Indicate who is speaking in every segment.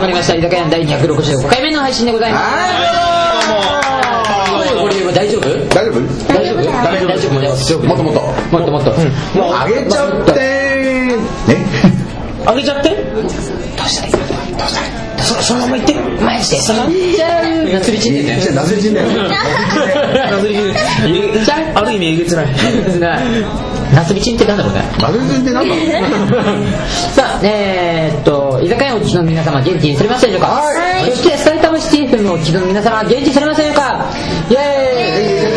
Speaker 1: まりました居酒屋第265回目の配信でございますどうよこれ大丈夫
Speaker 2: 大丈夫
Speaker 1: 大丈夫
Speaker 2: 大丈
Speaker 1: 大丈夫です
Speaker 2: 夫もっともっと
Speaker 1: もっともっと
Speaker 2: もう上げちゃってね
Speaker 3: あげちゃって
Speaker 1: どうしたらいいどうしたらいい
Speaker 3: そそのまま行って
Speaker 1: 前してそのじゃあ夏りちんでね
Speaker 2: じゃあなぜ人だよ
Speaker 3: えげある意味えげつない
Speaker 1: 夏りちんってなんだろうね
Speaker 2: なぜ人ってなんだろう
Speaker 1: さあえー、っと居酒屋をお聞きの皆様現地にされましたでしょうか
Speaker 2: はい
Speaker 1: そして埼玉シティ FM をお聞きの皆様現地にされましたでしょうかイエーイ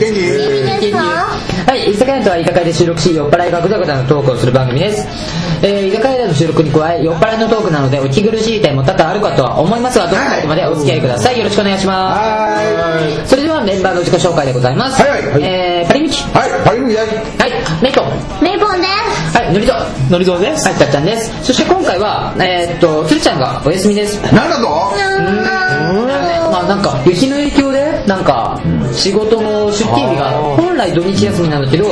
Speaker 4: ですか
Speaker 1: はい、居酒屋とは居酒屋で収録し酔っ払いがぐだぐだのトークをする番組です、えー、居酒屋での収録に加え酔っ払いのトークなのでお気苦しい点も多々あるかとは思いますがどうぞ最後までお付き合いくださいよろしくお願いしま
Speaker 2: は
Speaker 1: すそれではメンバーの自己紹介でございます
Speaker 2: はいはいはい
Speaker 1: えー、パリミキ
Speaker 2: いはいパリムギだ
Speaker 1: はいメイトは
Speaker 4: メイポンです
Speaker 1: いノリとは
Speaker 3: のりぞうです
Speaker 1: いたっちゃんですそして今回はえー、っと鶴ちゃんがお休みです
Speaker 2: なんだと
Speaker 1: まあなんか雪の影響でなんか仕事の出勤日が本来土日休みなんだけど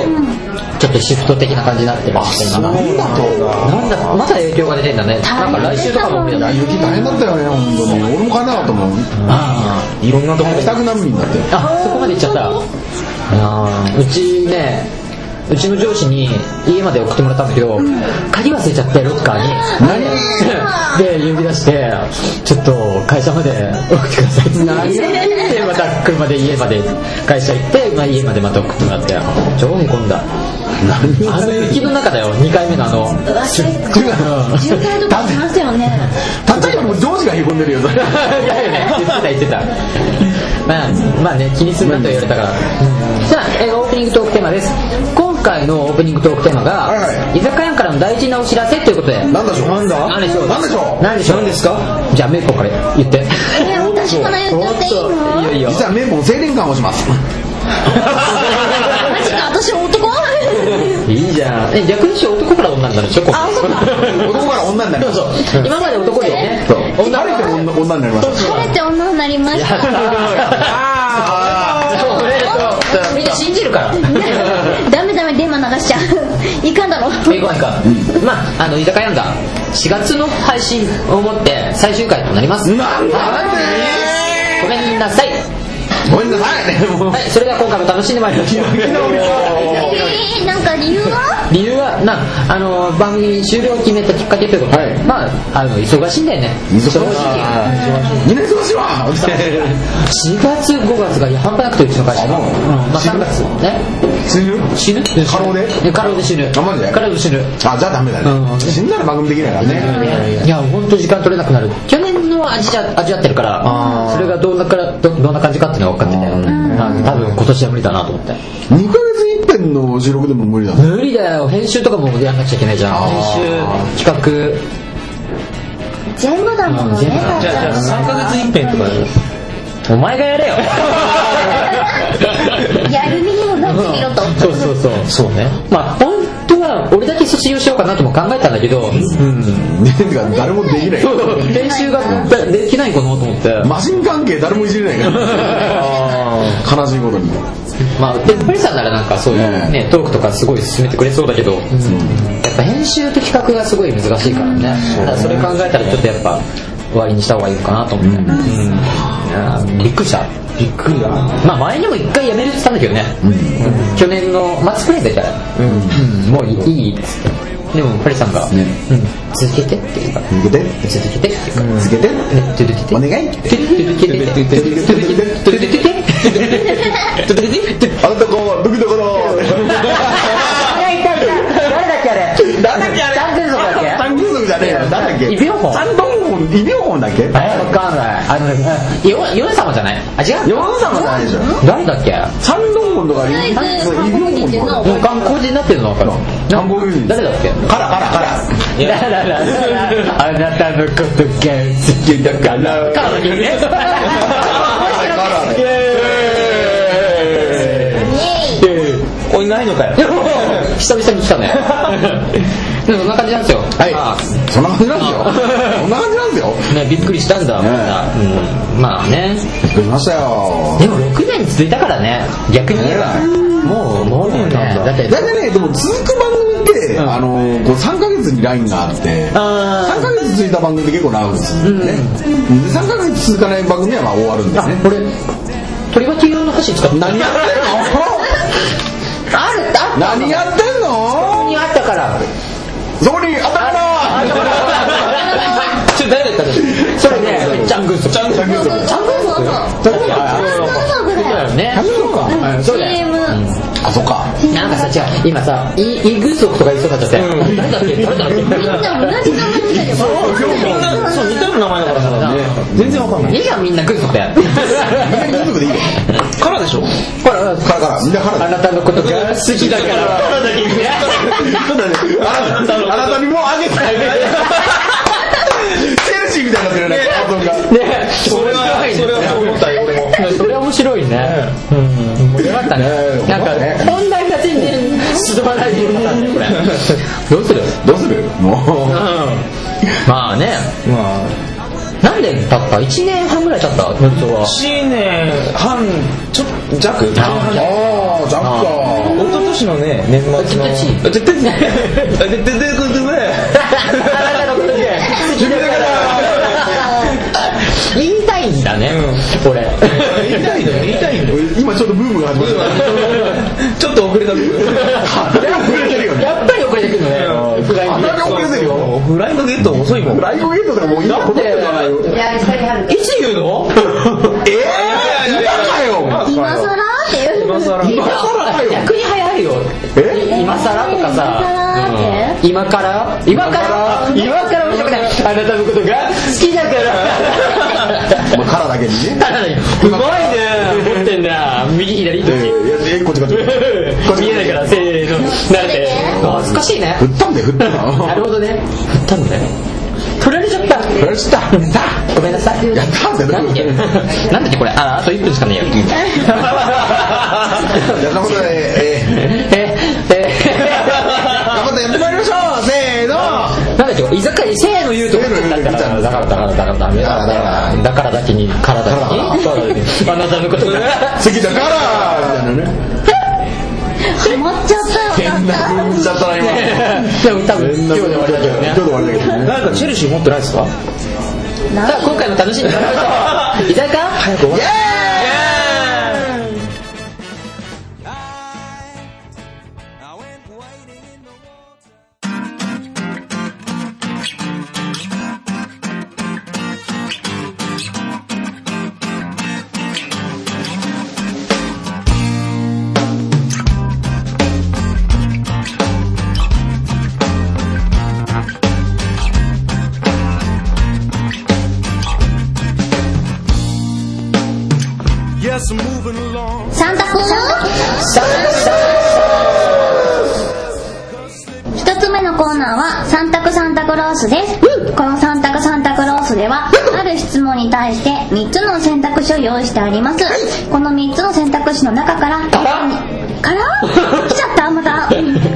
Speaker 1: ちょっとシフト的な感じになってますね今
Speaker 2: なんだと
Speaker 1: なんだまだ影響が出てんだねなんか来週とかもみたい
Speaker 2: い
Speaker 1: な
Speaker 2: や雪大変だったよね本当に俺も帰らなかったもん
Speaker 1: あ
Speaker 3: いろんなところ
Speaker 2: 帰宅難民だって
Speaker 1: ーあそこまで行っちゃったあーうちねうちの上司に家まで送ってもらったんだけど、鍵忘れちゃってロッカーに でで呼び出してちょっと会社まで送ってください何でまた車で家まで会社行って、まあ、家までまた送ってもらって超へこんだあの雪の中だよ2回目のあの
Speaker 4: 結構渋滞とかしますよね
Speaker 2: たった今もうジョージがへこんでるよそれ
Speaker 1: だよね言ってた言ってたまあまあね気にするなと言われたからさあ、えーオープニングトークテーマです今回のオープニングトークテーマが、
Speaker 2: はいは
Speaker 1: 居酒屋からの大事なお知らせということで
Speaker 2: なんだしょうなんだ
Speaker 1: 何でしょう
Speaker 2: なんでしょう
Speaker 1: 何でしょう何ですかじゃあメイコから言って
Speaker 4: え私から言っちゃって
Speaker 1: い
Speaker 4: いいの
Speaker 1: いよいいよ
Speaker 2: 実は綿棒青年館をします
Speaker 4: マジか私男
Speaker 1: い いじゃんえ逆にし男から女になるでしょこ
Speaker 4: あそうか
Speaker 2: 男から女になるそう
Speaker 1: 今まで男でね
Speaker 2: 女晴れて女女になりました
Speaker 4: 晴れて女になりまし
Speaker 1: やったたおめでとうみんな信じる から
Speaker 4: ダメダメ電話流しちゃういかんだろ
Speaker 1: 英語はいか、まああの居酒屋が4月の配信をもって最終回となります
Speaker 2: なんだって
Speaker 1: ごめんなさい
Speaker 2: ごめんなさいもう
Speaker 1: はいそれでは今回も楽しんでまいりましょう
Speaker 4: えーなんか理由は
Speaker 1: 理由はなあの番組終了を決めたきっかけということで、
Speaker 2: はい
Speaker 1: まああの忙しいんだよね
Speaker 2: 忙しい
Speaker 1: 正直
Speaker 2: みんな忙しいわ
Speaker 1: 4月5月が半端なくてうちの会社が、
Speaker 2: あもう
Speaker 1: まあ、3月ね
Speaker 2: 死ぬ
Speaker 1: 死ぬ
Speaker 2: 過労で
Speaker 1: 過労で死ぬ
Speaker 2: あマジで
Speaker 1: 過労で死ぬ
Speaker 2: あじゃあダメだ
Speaker 1: うん
Speaker 2: ね死んだら番組できないからね
Speaker 1: いや本当時間取れなくなる去年の味じゃ味わってるから
Speaker 2: あー
Speaker 1: それがどんなからどどんな感じかっていうのが分かってて
Speaker 2: うん
Speaker 1: あの多分今年は無理だなと思って
Speaker 2: 2ヶ月一遍の収録でも無理だね
Speaker 1: 無理だよ編集とかもやんなくちゃいけないじゃん
Speaker 2: あー
Speaker 1: 編集企
Speaker 4: 全部だものね
Speaker 1: 全部だ
Speaker 3: じゃあじゃあ3ヶ月一遍とか
Speaker 1: 画お前が やれよ
Speaker 4: やる身にもなってみろと
Speaker 1: そうそうそう
Speaker 3: そうね
Speaker 1: まあ本当は俺だけ卒業しようかなとも考えたんだけど、
Speaker 2: てか誰もできない
Speaker 1: 練習ができないかなと思って
Speaker 2: マシン関係誰もいじれないから悲しいことに
Speaker 1: まあ、でっぱりさんならなんかそういうね、トークとかすごい進めてくれそうだけど、やっぱ編集と企画がすごい難しいからね。だからそれ考えたらちょっとやっぱ終わりにした方がいいのかなと思って。うんいやーびっくりした。
Speaker 3: びっくりだな
Speaker 1: まあ前にも一回辞めるって言ったんだけどね。去年の末くらいだったら、うんもういいいいっつって。でもパリさんが、
Speaker 2: ね
Speaker 1: うん続けてっていうか、
Speaker 2: 抜けて
Speaker 1: 続けてっていうか、
Speaker 2: 続けて
Speaker 1: ね続けて。
Speaker 2: お願いあなたこうドキドキの誰だっけあれ単純族じゃねえよ誰だっけ
Speaker 1: イビョンホン
Speaker 2: 三本本イビョンホンだっけ
Speaker 1: えわかんない。あのね、よ、よ様じゃないあ、違う。
Speaker 2: 山本さんじゃないでしょ
Speaker 1: 誰だっけ
Speaker 2: 三本本とかイビ
Speaker 4: とりあえず
Speaker 2: ョ
Speaker 4: 韓
Speaker 2: ン
Speaker 4: 国に行ってん
Speaker 2: ホ
Speaker 4: の
Speaker 2: ン
Speaker 1: もう観光人になってるのわかる
Speaker 2: 韓国人
Speaker 1: 誰だっけ
Speaker 2: カラカラカラ
Speaker 1: ララララあなたのことが好きだから。カラの人ね。
Speaker 4: イエーイ
Speaker 3: おいないのかよ
Speaker 1: 久々に来たね。でもそんな感じなんですよ。
Speaker 2: はい
Speaker 1: まあ、
Speaker 2: そんな感じなんですよ。そんな感じなんですよ。
Speaker 1: ね、びっくりしたんだ、みんなうんまあね。
Speaker 2: びっくりしましたよ。
Speaker 1: でも6年続いたからね。逆に言えば。もう、もうね、だって
Speaker 2: 大、体ね、でも続く番組って、あの、こう3ヶ月にラインがあって、3
Speaker 1: あー
Speaker 2: ヶ月続いた番組って結構長くですよね、で3ヶ月続かない番組はまあ終わるんです
Speaker 1: あ
Speaker 2: ね
Speaker 1: 俺鳥羽用の箸使って
Speaker 2: 何やって
Speaker 1: あるってあ
Speaker 2: んの何やってんの
Speaker 1: にあったから
Speaker 2: そこに頭
Speaker 3: ちょ、誰が言ったの
Speaker 1: それねジャングンソ
Speaker 3: ちゃんと
Speaker 4: そうそう、そうそうそう。
Speaker 2: だ
Speaker 1: いや
Speaker 2: あ
Speaker 1: あの
Speaker 4: そ
Speaker 1: そ
Speaker 4: う
Speaker 1: うだよねうんそうだよ
Speaker 4: CM。
Speaker 2: あそっか
Speaker 1: なんかさ違う今さイイグソクとか言いそうになっちゃって
Speaker 3: うん
Speaker 1: 誰だっけ誰だっけ
Speaker 4: みんな同じ名前だけど。
Speaker 3: みんな、そう、似たような名前だからさ、全然わかんない。
Speaker 1: いいじゃんみんなグンソクだよ
Speaker 2: みんな家族でいいよ
Speaker 3: からでしょ
Speaker 1: ほら
Speaker 2: カラカラみんなカラ
Speaker 1: あ
Speaker 2: だ
Speaker 1: なたのことが好きだ から
Speaker 2: そうだねあなたあなたにもうあげてあげてチェルシーみたいになってるね発音が
Speaker 1: ね
Speaker 3: それは、それはそう思ったよ、俺も。
Speaker 1: それは面白いね。うん。面白かったね。なんか、本題が全然進まないようになったね、これ。どうする
Speaker 2: どうするもう
Speaker 1: まあね、
Speaker 3: まあ、
Speaker 1: なんで経った ?1 年半ぐらい経った本当は。
Speaker 3: 1年半、ちょっと弱
Speaker 2: ああジャッ
Speaker 3: 一昨年のね、年末の。
Speaker 1: 絶対地位
Speaker 3: 絶対地位絶対地位
Speaker 1: あなたのことで、君だから言いたいんだね、これ。
Speaker 3: 言いたいのよ、言いたいのよ。
Speaker 2: カ今ちょっとブームが始まった
Speaker 3: ちょっと遅れた部分。
Speaker 2: 遅れてるよね
Speaker 1: やっぱり遅れてくるね、フライン
Speaker 2: あん
Speaker 1: グ。
Speaker 2: なに遅れてるよ
Speaker 3: フライングゲット遅いもん。
Speaker 2: ライブゲートとかもう今こってるじゃないよ
Speaker 4: いや、二人ある。
Speaker 3: いつ言うの
Speaker 2: ええ今だよ
Speaker 4: 今更っていう。
Speaker 3: 今更
Speaker 1: 今更よ逆に早いよ
Speaker 2: え
Speaker 1: 今更とかさ今から今から今から面白くないあなたのことが好きだから
Speaker 2: まあカラだけにね
Speaker 1: うまいね持ってんだ右左どっち
Speaker 2: えこっちこっち
Speaker 1: 見えないからせーの慣れて恥ずかしいね
Speaker 2: 振ったんだよ振った
Speaker 1: なる
Speaker 2: の
Speaker 1: ほどね振ったんだよ取られちゃった取られちゃったごめんなさい
Speaker 2: やったんだよ
Speaker 1: なんだっけなんだっけこれああと1分しかねえよ
Speaker 2: やったことないえ
Speaker 1: え
Speaker 2: ー
Speaker 1: え
Speaker 2: 頑張ってやってまいりましょうせーの
Speaker 1: なんだっけ居酒屋せーの言うとこだからだからだからだからだからだからだからだけに体にあなたのことが
Speaker 2: 次だからみたいなね
Speaker 4: ハマっちゃったよ。
Speaker 2: 変なブームしちゃったな今
Speaker 1: でも多分今日で終わりだけどね
Speaker 2: ちょっと終わりだけどね
Speaker 3: なんかチェルシー持ってないですか
Speaker 1: さあ今回も楽しんでもらいましょう居酒屋早く終わ
Speaker 4: サンタコさん一つ目のコーナーは「サンタクサンタクロース」です、この「サンタクサンタクロース」では、ある質問に対して3つの選択肢を用意してあります、この3つの選択肢の中からから来ちゃったまた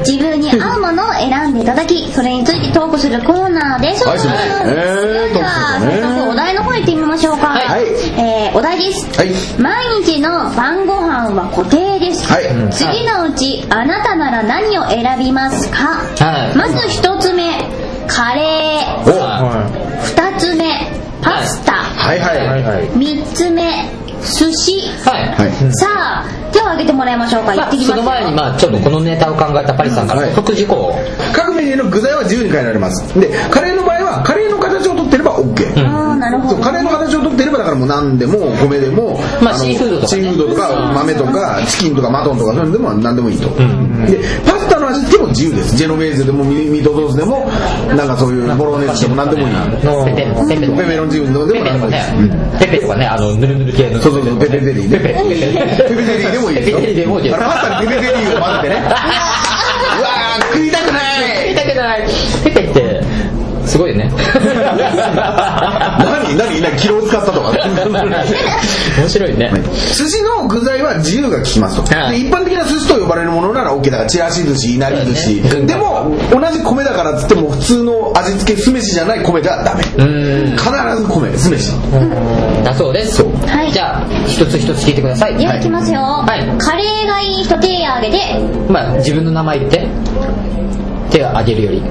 Speaker 4: 自分に合うものを選んでいただきそれについてトークするコーナーです、
Speaker 2: はいすいませんえー
Speaker 4: じゃあ
Speaker 2: トークするね
Speaker 4: 早速お題の方行ってみましょうか、
Speaker 2: はい
Speaker 4: えーお題です
Speaker 2: はい
Speaker 4: 毎日の晩ご飯は固定です、
Speaker 2: はいうん
Speaker 4: 次のうちあなたなら何を選びますか、
Speaker 1: はい
Speaker 4: まず一つ目カレー
Speaker 2: お
Speaker 3: は
Speaker 4: 二つ目パスタ、
Speaker 2: はいはい
Speaker 3: いはい。
Speaker 4: 三つ目寿司
Speaker 1: はい
Speaker 2: はい
Speaker 4: さあ手を挙げてもらいましょうか、行
Speaker 1: ま
Speaker 4: っ
Speaker 1: あ
Speaker 4: てきます
Speaker 1: その前にまあちょっとこのネタを考えたパリさんから補足事項を
Speaker 2: 各メニューの具材は自由に変えられますでカレーの場合はカレーの形を取ってれば OK、
Speaker 1: うん
Speaker 4: ああなるほ
Speaker 2: そ
Speaker 4: ど
Speaker 2: うカレーの形を取ってればだからもう何でもお米でも、
Speaker 1: まあ
Speaker 2: の
Speaker 1: シーフードとかね
Speaker 2: シーフードとか豆とかチキンとかマトンとかそういうのでも何でもいいと、
Speaker 1: ん
Speaker 2: でパスタの味付けも自由ですジェノベーゼでもミミートソースでもなんかそういうボロネーズでも何でもいい
Speaker 1: ペペペペ
Speaker 2: ペペロンチーノで
Speaker 1: ペペとか
Speaker 2: も何でもいい
Speaker 1: ね
Speaker 2: です、
Speaker 1: ペペとかねあのぬるぬる系の
Speaker 2: そうそうそうペペゼリーねペ
Speaker 1: ペ
Speaker 2: ペゼリーでもいいですよ
Speaker 1: ペペゼリーでもいいです
Speaker 2: あれパスタにペペゼリーを混ぜてねうわー食いたくない
Speaker 1: だけどペペってすごいよね
Speaker 2: 何何何キロを使ったとか
Speaker 1: 面白いね
Speaker 2: 寿司の具材は自由が利きますと、
Speaker 1: はい
Speaker 2: で一般的な寿司と呼ばれるものなら OK だからちらし寿司いなり寿司、
Speaker 1: そうね
Speaker 2: でも同じ米だからっつっても普通の味付け酢飯じゃない米ではダメ
Speaker 1: うーん
Speaker 2: 必ず米酢飯
Speaker 1: だそうです
Speaker 4: はい
Speaker 1: じゃあ一つ一つ聞いてください
Speaker 4: では行きますよ、
Speaker 1: はい
Speaker 4: カレーがいい人手を挙げて
Speaker 1: まあ自分の名前言って手を挙げるより
Speaker 2: う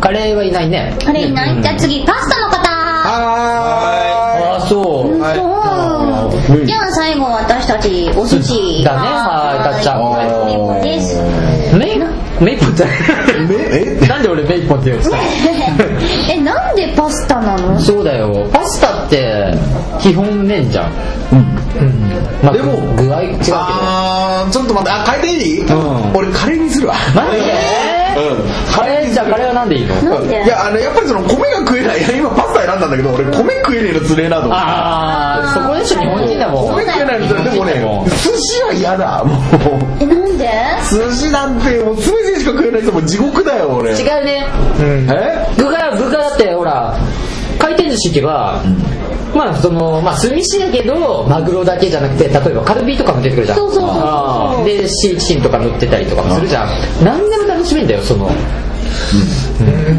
Speaker 1: カレーはいないね
Speaker 4: カレーいないじゃあ次パスタの方
Speaker 2: は
Speaker 1: ああそう
Speaker 2: はい
Speaker 4: そうじゃあ最後私たちおせち
Speaker 1: だねはいたっちゃん
Speaker 4: はいです
Speaker 1: メイメイポンって
Speaker 2: ーい。 め、え
Speaker 1: なんで俺メイポンって言ってた
Speaker 4: えなんでパスタなの
Speaker 1: そうだよパスタって基本麺じゃんうん、まあ、
Speaker 2: でも
Speaker 1: 具合違うけど
Speaker 2: あー、ちょっと待って、あ、カレーでいい
Speaker 1: ん
Speaker 2: 俺カレーにするわ。
Speaker 1: マジで
Speaker 2: うん
Speaker 1: カレーじゃあカレーはなんでいいの
Speaker 4: なんで
Speaker 2: いや、あの、やっぱりその米が食えない。いや、今パスタ選んだんだけど、俺米食えねえのつれえなと思って。
Speaker 1: ああそこでしょ日本人だもん
Speaker 2: 米食えないのつれえ。でもね
Speaker 1: でも、
Speaker 2: 寿司は嫌だ、もう。
Speaker 4: えなんで
Speaker 2: 寿司なんて、もう全てしか食えない人もう地獄だよ、俺。
Speaker 1: 違うね
Speaker 2: え
Speaker 1: 具が具がだってほら回転寿司行けば、まあそのまあ酢飯だけどマグロだけじゃなくて例えばカルビとかも出てくるじゃん
Speaker 4: そうそうそうそう
Speaker 1: あーでシーチキンとか乗ってたりとかもするじゃん何でも楽しめんだよその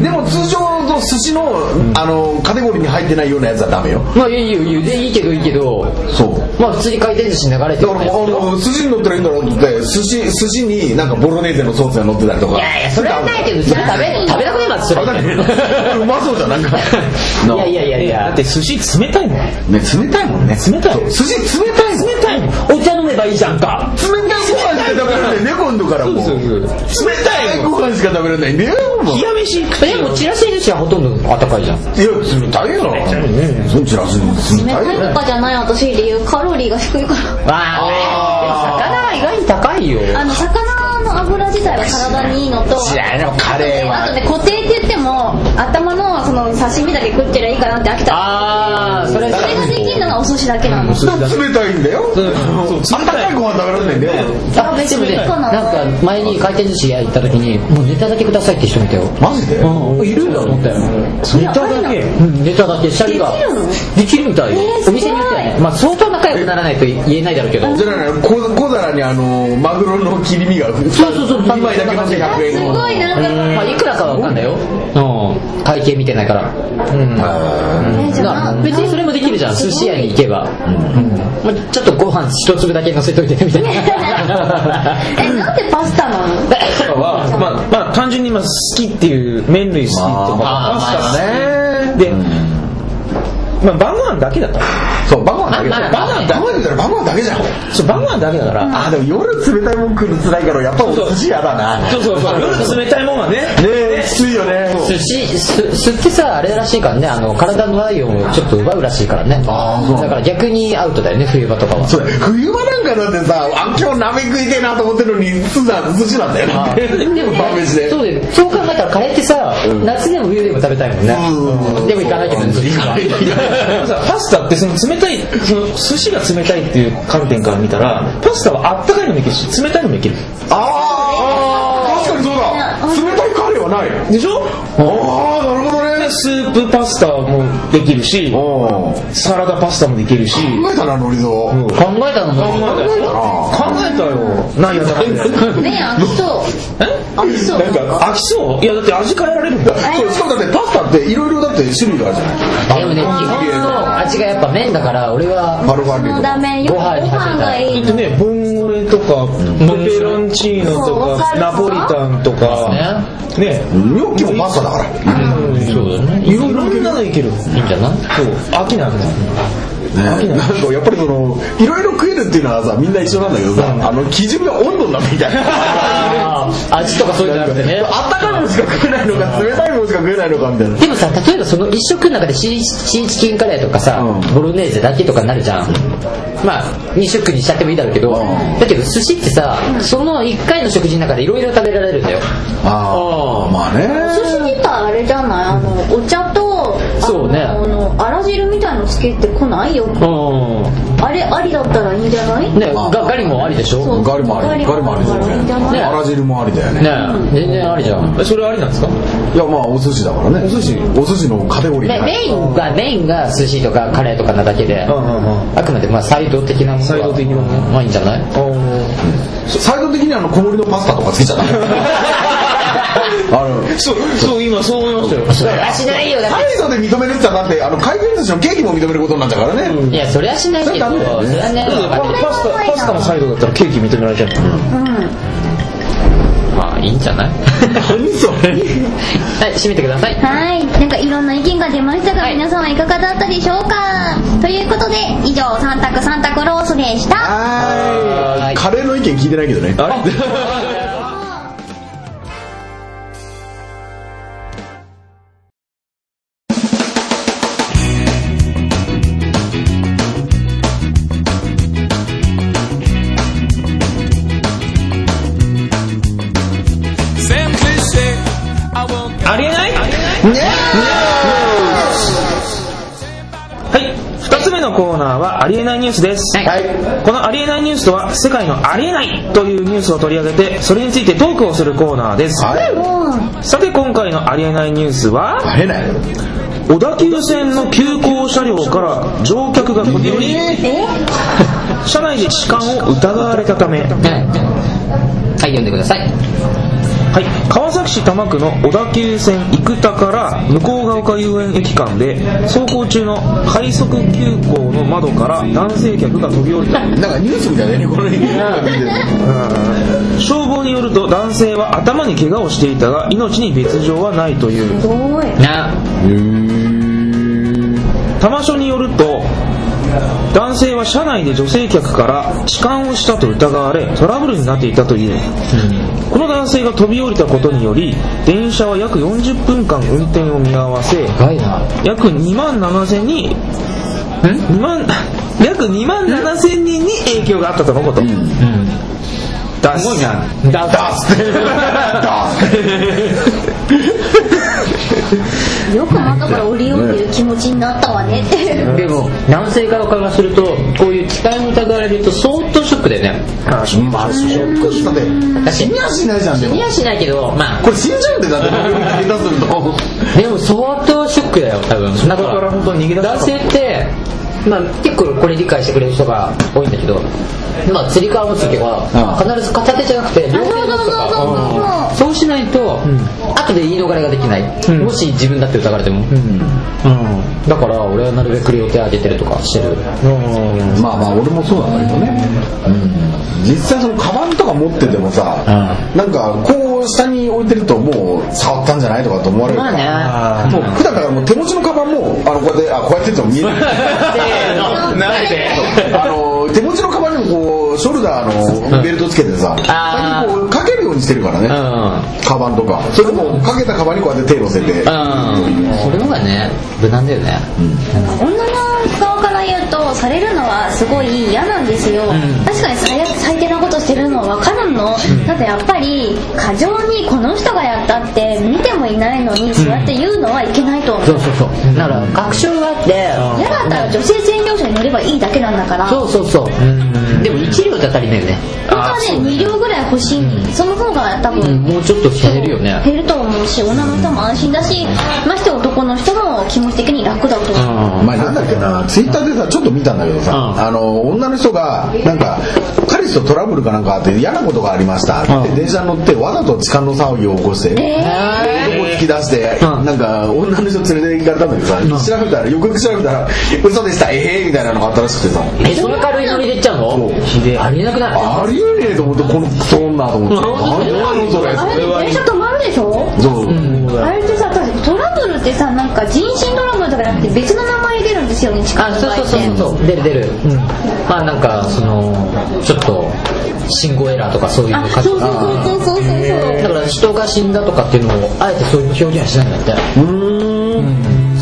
Speaker 2: でも通常の寿司の、あの、カテゴリーに入ってないようなやつはダメよ。
Speaker 1: まあいいよいいよでいいけどいいけど
Speaker 2: そう。
Speaker 1: まあ普通に回転寿司に流れて
Speaker 2: だ
Speaker 1: る
Speaker 2: からもう、あの、寿司に乗ってりゃいいんだろうって、寿司、寿司になんかボロネーゼのソースが乗ってたりとか。
Speaker 1: いやいやそれはないけどそれ食べ食べなくねえなってそれ
Speaker 2: わかんないうまそうじゃん、なんか。
Speaker 1: いやいやいやい
Speaker 3: だ
Speaker 1: や
Speaker 3: って寿司冷たいもん
Speaker 2: ね、冷たいもんね。
Speaker 3: 冷たい
Speaker 2: そう寿司冷たいもん
Speaker 3: 冷たいもんお茶飲めばいいじゃんか
Speaker 2: 冷たいご飯しか食べられないね、今度からもう。冷たいご飯しか食べられないね、もう。い
Speaker 3: 冷や飯食っ
Speaker 1: でもチラシ寿司はほとんど暖かいじゃん
Speaker 2: や、冷たいよな。そう、チラシ
Speaker 4: 冷
Speaker 2: 冷た
Speaker 4: た
Speaker 2: い
Speaker 4: い
Speaker 2: よ
Speaker 4: と
Speaker 2: ね。
Speaker 4: かじゃない私理由カロリーが低いから
Speaker 1: ああ魚は意外に高いよ
Speaker 4: あの魚の油自体は体にいいのと
Speaker 2: 知らないのカレーは
Speaker 4: あとね固定って言っても頭のその刺身だけ食ってりゃいいかなって飽きた
Speaker 1: ああそれ
Speaker 4: それができるのがお寿司だけなの
Speaker 2: だから冷たいんだよ。あったかいご飯食べられないんだよ。
Speaker 1: あでもねなんか前に回転寿司屋行った時にもうネタだけくださいって人見たよ
Speaker 2: マジで
Speaker 1: うんいるんだと思ったよ
Speaker 3: ネタだけ
Speaker 1: うんネタだけシャリが
Speaker 4: できるの
Speaker 1: できるみたいよ
Speaker 4: えーすごい
Speaker 1: お店によってはねまあ相当仲良くならないと言えないだろうけど
Speaker 2: じゃあね、小小皿にあの、マグロの切り身が、そう
Speaker 1: そうそうそう
Speaker 2: 2枚だけのせ100円
Speaker 4: すごいなんか
Speaker 1: まあいくらかは分かんないようん会計見てないからうん
Speaker 4: えじゃあ
Speaker 1: 別にそれもできるじゃん寿司屋に行けばまあちょっとご飯一粒だけ乗せといてねみたいな
Speaker 4: えなんでパスタなの
Speaker 3: はまあまあ単純にまあ好きっていう麺類好きと
Speaker 1: まあ
Speaker 3: か
Speaker 1: ま
Speaker 3: ねでまあ晩ご飯だけだった
Speaker 2: そう、晩ご飯だけ
Speaker 1: まあ
Speaker 2: 晩
Speaker 1: まあ
Speaker 2: ご飯だけだよ晩ご飯だけじゃん。
Speaker 3: そう晩ご飯だけだから
Speaker 2: あ、でも夜冷たいもん食うの辛いから、やっぱお寿司嫌だな。ね
Speaker 3: そうそうそう夜冷たいもんはね
Speaker 2: え、きついよね。
Speaker 1: 寿司す酢ってさあれらしいからねあの体の体温をちょっと奪うらしいからねだから逆にアウトだよね冬場とかは
Speaker 2: そう冬場なんかだってさ、あ、今日鍋食いてえなと思ってるのに、酢だ、寿司なんだよな。晩飯で。
Speaker 1: そうだよそう考えたらカレーってさ、夏でも冬でも食べたいもんね、
Speaker 2: うん
Speaker 1: でも行かないけどね
Speaker 2: そう行かない
Speaker 3: でもさパスタってその冷たいその寿司が冷たいっていう観点から見たらパスタはあったかいのもいけるし冷たいのもいける
Speaker 2: あー、確かにそうだ。冷たいカレーはない。
Speaker 3: でしょ
Speaker 2: あー、なるほどね。
Speaker 3: スープパスタもできるし
Speaker 2: おー。
Speaker 3: サラダパスタもできるし
Speaker 2: 考えたな、ノリゾー。
Speaker 1: 考えたのも
Speaker 3: 考えたよ考えたよ何やった
Speaker 4: ねえ飽きそう飽きそう
Speaker 3: なんか飽きそういやだって味変えられるんだ
Speaker 2: そうしかもだってパスタっていろいろだって種類があるじゃない
Speaker 1: でもね基本の味がやっぱ麺だから俺は
Speaker 2: バルバリ
Speaker 4: も
Speaker 2: と
Speaker 4: う
Speaker 2: か
Speaker 4: ダメよ
Speaker 1: ご
Speaker 4: ご
Speaker 1: 飯にかけた
Speaker 4: 飯がい
Speaker 3: だ
Speaker 4: い
Speaker 3: ってねボンゴレとかペペロンチーノとか
Speaker 4: そう
Speaker 3: ナポリタンとかね
Speaker 2: ニョッキもパスタだから
Speaker 1: そうだね
Speaker 3: いろんなのいける
Speaker 1: いいんじゃない
Speaker 3: そう飽きないんだ
Speaker 2: ねなんかやっぱりそのいろいろ食えるっていうのはさみんな一緒なんだけどさあの基準が温度になっていたい
Speaker 1: あー味とかそういうのじゃなくてね
Speaker 2: あったかいものしか食えないのか冷たいものしか食えないのかみたいな
Speaker 1: でもさ例えばその一食の中でシーシーチキンカレーとかさ、
Speaker 2: うん
Speaker 1: ボロネーゼだけとかになるじゃんまあ2食にしちゃってもいいだろうけど、
Speaker 2: ん
Speaker 1: だけど寿司ってさその1回の食事の中でいろいろ食べられるんだよ
Speaker 2: ああまあ
Speaker 4: 寿司
Speaker 2: ね
Speaker 4: 自体あれじゃないあのお茶と
Speaker 1: そうね
Speaker 4: あのあら汁みたいのつけてこないよ
Speaker 1: う
Speaker 4: あれありだったらいいんじゃない
Speaker 1: んねがガリもありでし
Speaker 4: そ
Speaker 1: ょ
Speaker 4: う
Speaker 2: ガリもありガ
Speaker 4: ガ
Speaker 2: リ
Speaker 4: リ
Speaker 2: も
Speaker 4: も
Speaker 2: あ
Speaker 4: あ
Speaker 2: り
Speaker 4: り
Speaker 2: だよ
Speaker 4: ね
Speaker 2: ねあら汁もありだよ
Speaker 1: ね
Speaker 2: ね
Speaker 1: 全然ありじゃん
Speaker 3: えそれありなんですか
Speaker 2: いやまあお寿司だからねお寿司お寿司のカテゴリー
Speaker 1: ね
Speaker 2: に入
Speaker 1: メインがメインが寿司とかカレーとかなだけで、
Speaker 3: うんうんうん
Speaker 1: あくまでまあサイド的なもの
Speaker 3: サイド的なもの
Speaker 1: まあいいんじゃない
Speaker 2: るサイド的にあの小盛りのパスタとかつけちゃった あの
Speaker 3: そうそう今そう思いましたよ
Speaker 1: それはしないよだっ
Speaker 2: サイドで認めるって言ったらだってあの回転寿司のケーキも認めることになっちゃうからね、
Speaker 1: ていやそれはしないけど
Speaker 2: それダメだよね
Speaker 1: それはね
Speaker 3: パスタパスタのサイドだったらケーキ認められちゃう
Speaker 4: うん
Speaker 1: まあいいんじゃ ない
Speaker 2: 何それ
Speaker 1: はい閉めてください
Speaker 4: はい、なんかいろんな意見が出ましたが、皆さんはいかがだったでしょうかということで、以上、サンタクサンタクロースでした。
Speaker 2: は
Speaker 1: は
Speaker 2: ー
Speaker 1: い
Speaker 2: いカレーの意見聞いてないけどねあれ
Speaker 3: ありえないはい2つ目のコーナーはありえないニュースです、
Speaker 1: はい
Speaker 3: このありえないニュースとは世界のありえないというニュースを取り上げてそれについてトークをするコーナーです、
Speaker 2: はい
Speaker 3: さて今回のありえないニュースは
Speaker 2: あれない
Speaker 3: 小田急線の急行車両から乗客が飛び降り車内で痴漢を疑われたため
Speaker 1: はいはい読んでください
Speaker 3: はい、川崎市多摩区の小田急線生田から向こうが丘遊園駅間で走行中の快速急行の窓から男性客が飛び降りた
Speaker 2: なんかニュースみたいだねこ の意見
Speaker 3: 消防によると男性は頭に怪我をしていたが命に別状はないという
Speaker 1: な
Speaker 3: 多摩署によると男性は車内で女性客から痴漢をしたと疑われトラブルになっていたという、この男性が飛び降りたことにより電車は約40分間運転を見合わせ
Speaker 1: 深いな
Speaker 3: 約2万7千人2万 約2万7千人に影響があったとのこと、
Speaker 1: うん
Speaker 3: だすごい なだだ
Speaker 4: よく窓から降りようという気持ちになったわねって。
Speaker 1: でも男性側からするとこういう痴漢に疑われると相当ショックだよね
Speaker 2: まあそっかしだって
Speaker 1: 私
Speaker 2: 死にはしないじゃんでも
Speaker 1: いやしないけどまあ
Speaker 2: これ死んじゃうんだよだって下手すると
Speaker 1: でも相当ショックだよ多分だか
Speaker 3: これから
Speaker 1: ら
Speaker 3: 本当に逃げ出した
Speaker 1: 男性ってまあ結構これ理解してくれる人が多いんだけどまあ釣り革持つ時は
Speaker 2: う
Speaker 1: 必ず片手じゃなくて両手を持つと
Speaker 4: あそうそうそうそう
Speaker 1: かうんそうしないと後で言い逃れができない
Speaker 3: ん
Speaker 1: もし自分だって疑われてもだから俺はなるべく両手上げてるとかしてる
Speaker 3: うんうん
Speaker 2: まあまあ俺もそうなんだけどね、実際そのカバンとか持っててもさ、なんかこう下に置いてるともう触ったんじゃないとかと思われるから、
Speaker 1: ま
Speaker 3: あ
Speaker 2: もう普段からもう手持ちのカバンもあのこうやってあこうやってっても見 えない
Speaker 1: せーの慣れて
Speaker 2: あの手持ちのカバンにもこうショルダーのベルトつけてさ、
Speaker 1: あー
Speaker 2: 下にこうかけるようにしてるからね、
Speaker 1: うん
Speaker 2: カバンとかそれともかけたカバンにこうやって手を乗せて、
Speaker 1: うんそれの方がね無難だよね
Speaker 4: 女の側から言うとされるのはすごい嫌なんですよ、
Speaker 1: ん
Speaker 4: 確かに最悪最低なことしてるのは分かるの、だってやっぱり過剰にこの人がやったって見てもいないのにそうやって言うのはいけないと思う、
Speaker 1: そうそうそうだから確証があって
Speaker 4: 嫌だったら女性専用車に乗ればいいだけなんだから
Speaker 1: そうそうそうでも1両じゃ足りないよね
Speaker 4: 本当はね2両ぐらい欲しい、その方が多分、
Speaker 1: もうちょっと減るよね
Speaker 4: 減ると思うし女の人も安心だしまして男の人も気持ち的に楽だと思う、
Speaker 1: うん
Speaker 2: 前なんだっけなツイッターでさちょっと見たんだけどさ、
Speaker 1: うん
Speaker 2: あの女の人がなんか彼氏とトラブルかなんかあって嫌なことがありましたって、電車に乗ってわざと痴漢の騒ぎを起こして、
Speaker 4: えー
Speaker 2: ここ突き出して、
Speaker 1: うん
Speaker 2: なんか女の人連れて行かれたんだけどさ、調べたらよくよく調べたら嘘でしたえへーみたいなのがあったらしくてさ
Speaker 1: えその軽いノリでいっちゃうの
Speaker 2: そう
Speaker 1: ひでえありえなくない
Speaker 2: ありえねえと思ってこのクソ女と思って何なのそれ
Speaker 4: あれ電車止まるでしょ
Speaker 2: そう、
Speaker 4: あれってさ私トラブルってさなんか人身トラブルとかじゃなくて別の名前で出るんですよね近
Speaker 1: あ
Speaker 4: く
Speaker 1: そうそうそうそう出る出るまあなんかそのちょっと信号エラーとかそういう
Speaker 4: あ
Speaker 1: 感じ
Speaker 4: そうそうそうそうそうそ
Speaker 1: だ
Speaker 4: う
Speaker 1: から人が死んだとかっていうのをあえてそういう表現はしないんだってうん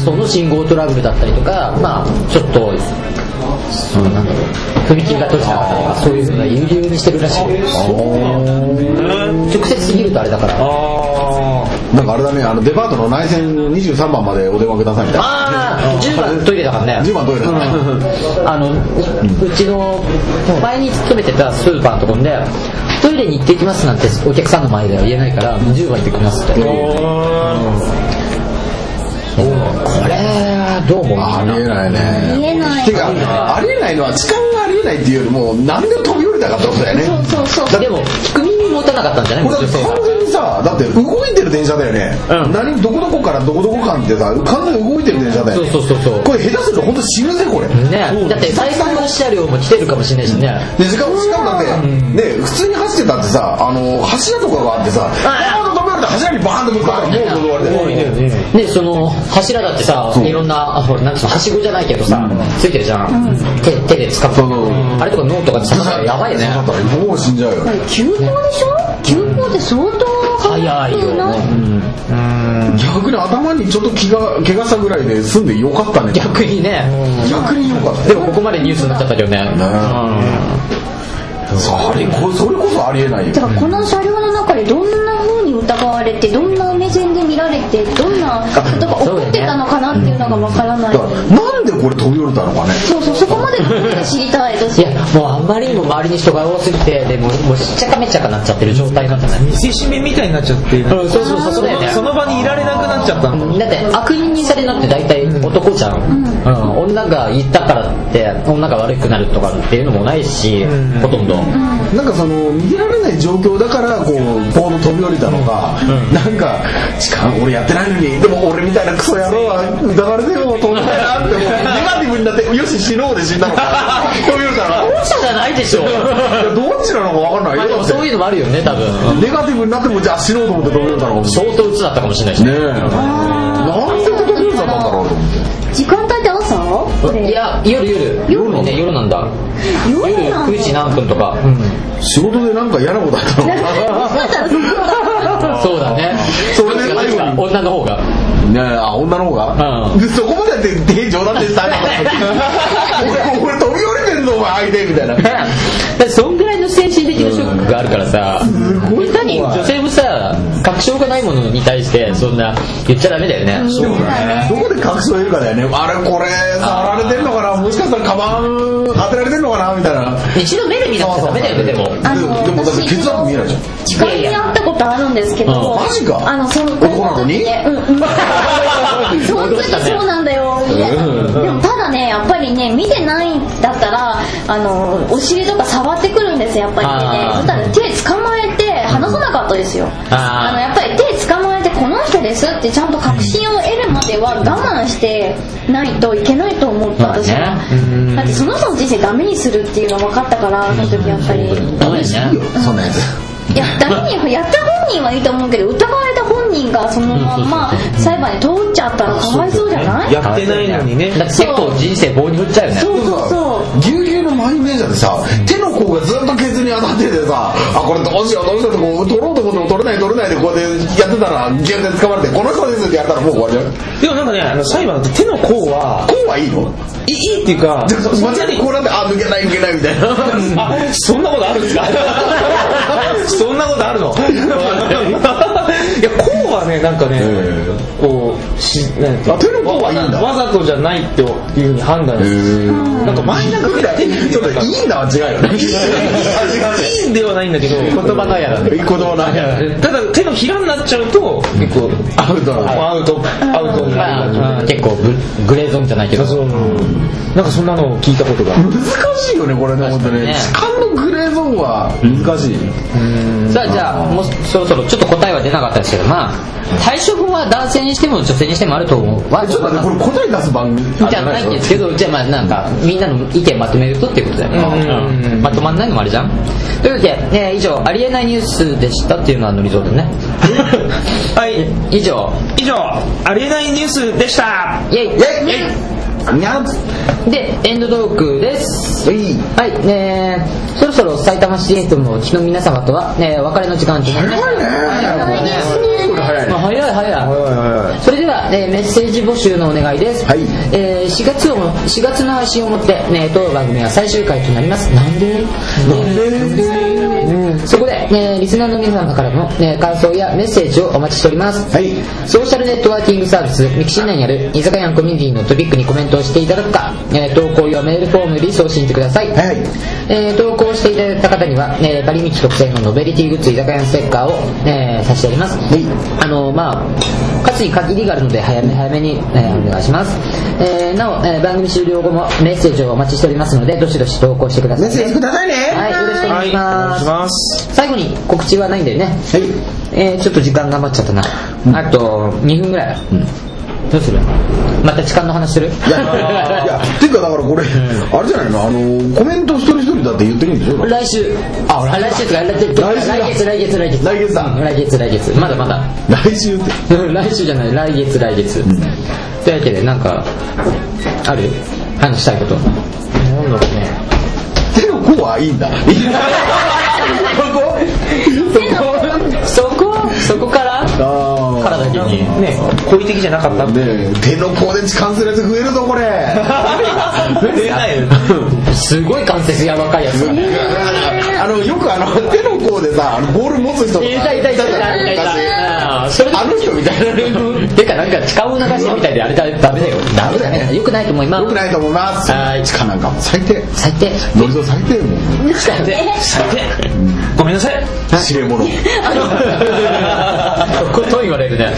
Speaker 1: その信号トラブルだったりとかまあちょっとそのなんだろう踏切が閉じたからとかそういうのが有流にしてるらしい直接すぎるとあれだからあ
Speaker 3: あ
Speaker 2: なんかあれだねあのデパートの内線23番までお電話くださいみたいな
Speaker 1: あー10番トイレだからね
Speaker 2: 10番トイレだね
Speaker 1: あのううちの前に勤めてたスーパーのところでトイレに行ってきますなんてお客さんの前では言えないから10番行ってきますってこれはどう思う
Speaker 2: ありえないね
Speaker 4: ありえない
Speaker 2: てかありえないのは痴漢がありえないっていうよりも何で飛び降りたかってことだよね
Speaker 4: そうそうそう
Speaker 1: でも聞く耳持たなかったんじゃない
Speaker 2: これは
Speaker 1: 女性は
Speaker 2: 完全にさだって動いてる電車だよね、
Speaker 1: うん
Speaker 2: 何どこどこからどこどこ間ってさ完全に動いてる電車だよ
Speaker 1: そう
Speaker 2: ね
Speaker 1: そうそうそう
Speaker 2: これ下手すると本当死ぬぜこれ、
Speaker 1: ねだって最三の車両も来てるかもしれないしね
Speaker 2: で時間時間だって、ね普通に走ってたってさあの柱とかがあってさバーンと止められて柱にバーンとぶつかったらもう戻られて
Speaker 1: でその柱だってさ
Speaker 2: そう
Speaker 1: いろんなあほらなんつうのはしごじゃないけどさ
Speaker 2: うん
Speaker 1: ついてるじゃん手手で使う
Speaker 2: そうそう
Speaker 1: あれとか脳とかで刺さったらやばいよね
Speaker 2: だったらもう死んじゃうよ
Speaker 4: 急行でしょ急行って相当
Speaker 1: 早いよ
Speaker 4: な
Speaker 1: ね
Speaker 2: 逆に頭にちょっと気が怪我したぐらいで済んでよかったね
Speaker 1: 逆にね
Speaker 2: 逆によかった
Speaker 1: でもここまでニュースになっちゃったけどね
Speaker 2: うんそれこそれこそありえないよ
Speaker 4: てかこの車両の中でどんな風に疑われてどんな目線で見られてどんなことが起こってたのかなっていうのがわからない
Speaker 2: だからなんでこれ飛び降りたのかね
Speaker 4: そうそうそこまで知りたいです
Speaker 1: いやもうあまりにも周りに人が多すぎてでもうもうしっちゃかめっちゃかなっちゃってる状態なんじゃない
Speaker 3: 見せしめみたいになっちゃって
Speaker 1: うんそうそうそうそうだよね
Speaker 3: その場にいられなくなっちゃったの
Speaker 1: だって悪人にされるのって大体男じゃん、うん女が言ったからって女が悪くなるとかっていうのもないし、
Speaker 3: うん
Speaker 1: ほとんど、
Speaker 2: なんかその逃げられない状況だからこうボード飛び降りたのか、なんかしかも俺やってないのにでも俺みたいなクソ野郎は疑われても飛び降りたいなってもうネガティブになってよし死のうで死んだのか飛び降りたのか
Speaker 1: 後者じゃないでしょ
Speaker 2: いやどっちなのか分かん
Speaker 1: ま
Speaker 2: な
Speaker 1: あ
Speaker 2: い
Speaker 1: で
Speaker 2: よ
Speaker 1: もそういうのもあるよね多分
Speaker 2: ネガティブになってもじゃあ死のうと思って飛び降りたのかもしれ
Speaker 1: 相当鬱だったかもしれないしね
Speaker 2: ないねえなんで飛び降りたんだろうと思って
Speaker 4: 時間帯って朝これ
Speaker 1: いや夜夜
Speaker 2: 夜なの
Speaker 1: ね夜なんだ夜
Speaker 4: 夜なんだ
Speaker 1: 9時何分とか、
Speaker 2: 仕事でなんか嫌なことあったの か
Speaker 1: そうだね
Speaker 2: それで最後に
Speaker 1: 女の方が
Speaker 2: ねえあ女の方が、
Speaker 1: うん
Speaker 2: でそこまでやって手冗談 でしたね俺俺飛び降りてんのお前相手みたい な
Speaker 1: だってそんぐらいの精神的なショックがあるからさ
Speaker 2: ごい怖い
Speaker 1: 下手に女性もさ確証がないものに対してそんな言っちゃダメだよね
Speaker 2: そうだねどこで隠しを得るかだよねあれこれ触られてんのかなもしかしたらカバン当てられてんのかなみたいな
Speaker 1: 一度目で見なくちゃダメだよねでも
Speaker 4: あ
Speaker 2: で
Speaker 4: の
Speaker 2: もでもだって血圧見えないじゃん
Speaker 4: 時間に会ったことあるんですけど
Speaker 1: うん
Speaker 2: マジか
Speaker 4: あのその
Speaker 2: 男なのに
Speaker 4: う んうん本当にそうなんだよみたいなでもただねやっぱりね見てないんだったらあのお尻とか触ってくるんですよやっぱりね
Speaker 1: あー
Speaker 4: そしたら手捕まえて離さなかったですよ
Speaker 1: あー
Speaker 4: あのやっぱり手捕まえてこの人ですってちゃんと確信を得るまでは我慢してないといけないと思った私
Speaker 1: まあ
Speaker 4: は
Speaker 1: ねうん
Speaker 4: だってその人の人生ダメにするっていうの分かったからあの時やっぱり
Speaker 1: ダメだよね
Speaker 2: そんなやつ
Speaker 4: いやダメにやった本人はいいと思うけど疑われた本人がそのまんま裁判に通っちゃったらかわいそうじゃない
Speaker 3: やってないのにね
Speaker 1: だって結構人生棒に振っちゃうよね
Speaker 4: そうそうそう
Speaker 2: ぎゅうぎゅうの満員電車でさ手の甲がずっとケツに当たっててさあこれどうしようどうしようってこう取ろうと思っても取れない取れないでこうやってやってたらギュッて捕まれてこの人ですってやったらもう終わりだよ
Speaker 3: でもなんかねあの裁判って手の甲は
Speaker 2: こうはいいの
Speaker 3: いいいっていうか
Speaker 2: で間違ってこうなってあ抜けない抜けないみたいな
Speaker 3: あそんなことあるんですかそんなことあるのいやこうはねなんかね、こうしなんか
Speaker 2: あ手の甲はいいんだ
Speaker 3: わざわざとじゃないっていうふうに判断するなんか前だけ手に
Speaker 2: ちょっといいんだは違うよね
Speaker 3: いいんではないんだけど
Speaker 1: 言葉のやらね
Speaker 2: いい子供なんや
Speaker 3: ただ手のひらになっちゃうと結構
Speaker 2: アウトなの
Speaker 3: アウトアウトになる
Speaker 1: まあ結構ググレーゾーンじゃないけど
Speaker 3: そうなんかそんなのを聞いたことが
Speaker 2: 難しいよねこれね本当
Speaker 1: に
Speaker 2: ね
Speaker 1: ね
Speaker 2: 痴漢のグレーゾーンは難しい
Speaker 1: さあじゃあもうそろそろちょっと答えは出なかったですけどまあ対処法は男性にしても女性にしてもあると思うわ
Speaker 2: ちょっと待ってこれ答え出す番組
Speaker 1: じゃないんですけどじゃあまあなんかみんなの意見まとめるとっていうことだよ
Speaker 3: うん
Speaker 1: ね、うんまとまんないのもあれじゃんというわけで、えー以上ありえないニュースでしたっていうのはノリゾーで ね
Speaker 3: はい
Speaker 1: 以上
Speaker 3: 以上ありえないニュースでした
Speaker 1: イェイ
Speaker 2: イェにゃん
Speaker 1: でエンドトークですはいえー、そろそろ埼玉市ゲートのうちの皆様とは、えーお別れの時間となりました
Speaker 2: 早いねこれ早いね
Speaker 1: まあ早い早い
Speaker 2: はい
Speaker 1: それでは、えーメッセージ募集のお願いです、
Speaker 2: はい
Speaker 1: えー4, 月をも4月の配信をもって、ね、当番組は最終回となりますなんでうんそこで、えーリスナーの皆様からの、えー感想やメッセージをお待ちしております、
Speaker 2: はい
Speaker 1: ソーシャルネットワーキングサービスミキシー内にある居酒屋のコミュニティのトピックにコメントをしていただくか、えー投稿やメールフォームより送信してください、
Speaker 2: はい
Speaker 1: えー投稿していただいた方には、えーバリミキ特製のノベリティグッズ居酒屋のステッカーを、えー差し上げます、あのまあ数に限りがあるので早め早めに、えーお願いします、えーなお、えー番組終了後もメッセージをお待ちしておりますのでどしどし投稿してくださ
Speaker 2: メ
Speaker 1: い
Speaker 2: ッセージくださいね
Speaker 1: はいよろしくお願願いし
Speaker 3: お願
Speaker 1: ま
Speaker 3: い
Speaker 1: す
Speaker 3: します
Speaker 1: 最後に告知はないんだよね
Speaker 2: はい
Speaker 1: えー、ちょっと時間が余っちゃったな、あと2分ぐらい、どうするまた痴漢の話する
Speaker 2: いや いやっていうかだからこれあれじゃないのあのコメント一人一人だって言ってるんでしょだって
Speaker 1: 来週あ来来週とか来月
Speaker 2: 来週だ
Speaker 1: 来月来月来月
Speaker 2: 来月だ
Speaker 1: うん来月来月まだまだ
Speaker 2: 来週って
Speaker 1: 来週じゃない来月来月、というわけでなんかある話したいことなんだろうね
Speaker 2: 手の甲はいいんだいや
Speaker 1: そこそこから
Speaker 2: ここあ
Speaker 1: からだけに
Speaker 3: ね好意的じゃなかった
Speaker 2: あねえ手の甲で痴漢するやつ増えるぞこれ
Speaker 3: 出ないよ
Speaker 1: すごい関節やばかいやつ
Speaker 2: あのよくあの手の甲でさあのボール持つ人とか
Speaker 1: いたいたいたいたいた
Speaker 2: 昔
Speaker 1: あーそれ
Speaker 2: あの人みたいな
Speaker 1: てかなんか痴漢を流してみたいであれだダメだよ
Speaker 2: ダメだね
Speaker 1: よくないと思います
Speaker 2: よくないと思います
Speaker 1: はい
Speaker 2: 痴漢なんかも最低
Speaker 1: 最低
Speaker 2: ノリゾ最低もん
Speaker 1: 最低
Speaker 3: 最低ごめんなさい
Speaker 2: 知れ者
Speaker 1: ここと言われるね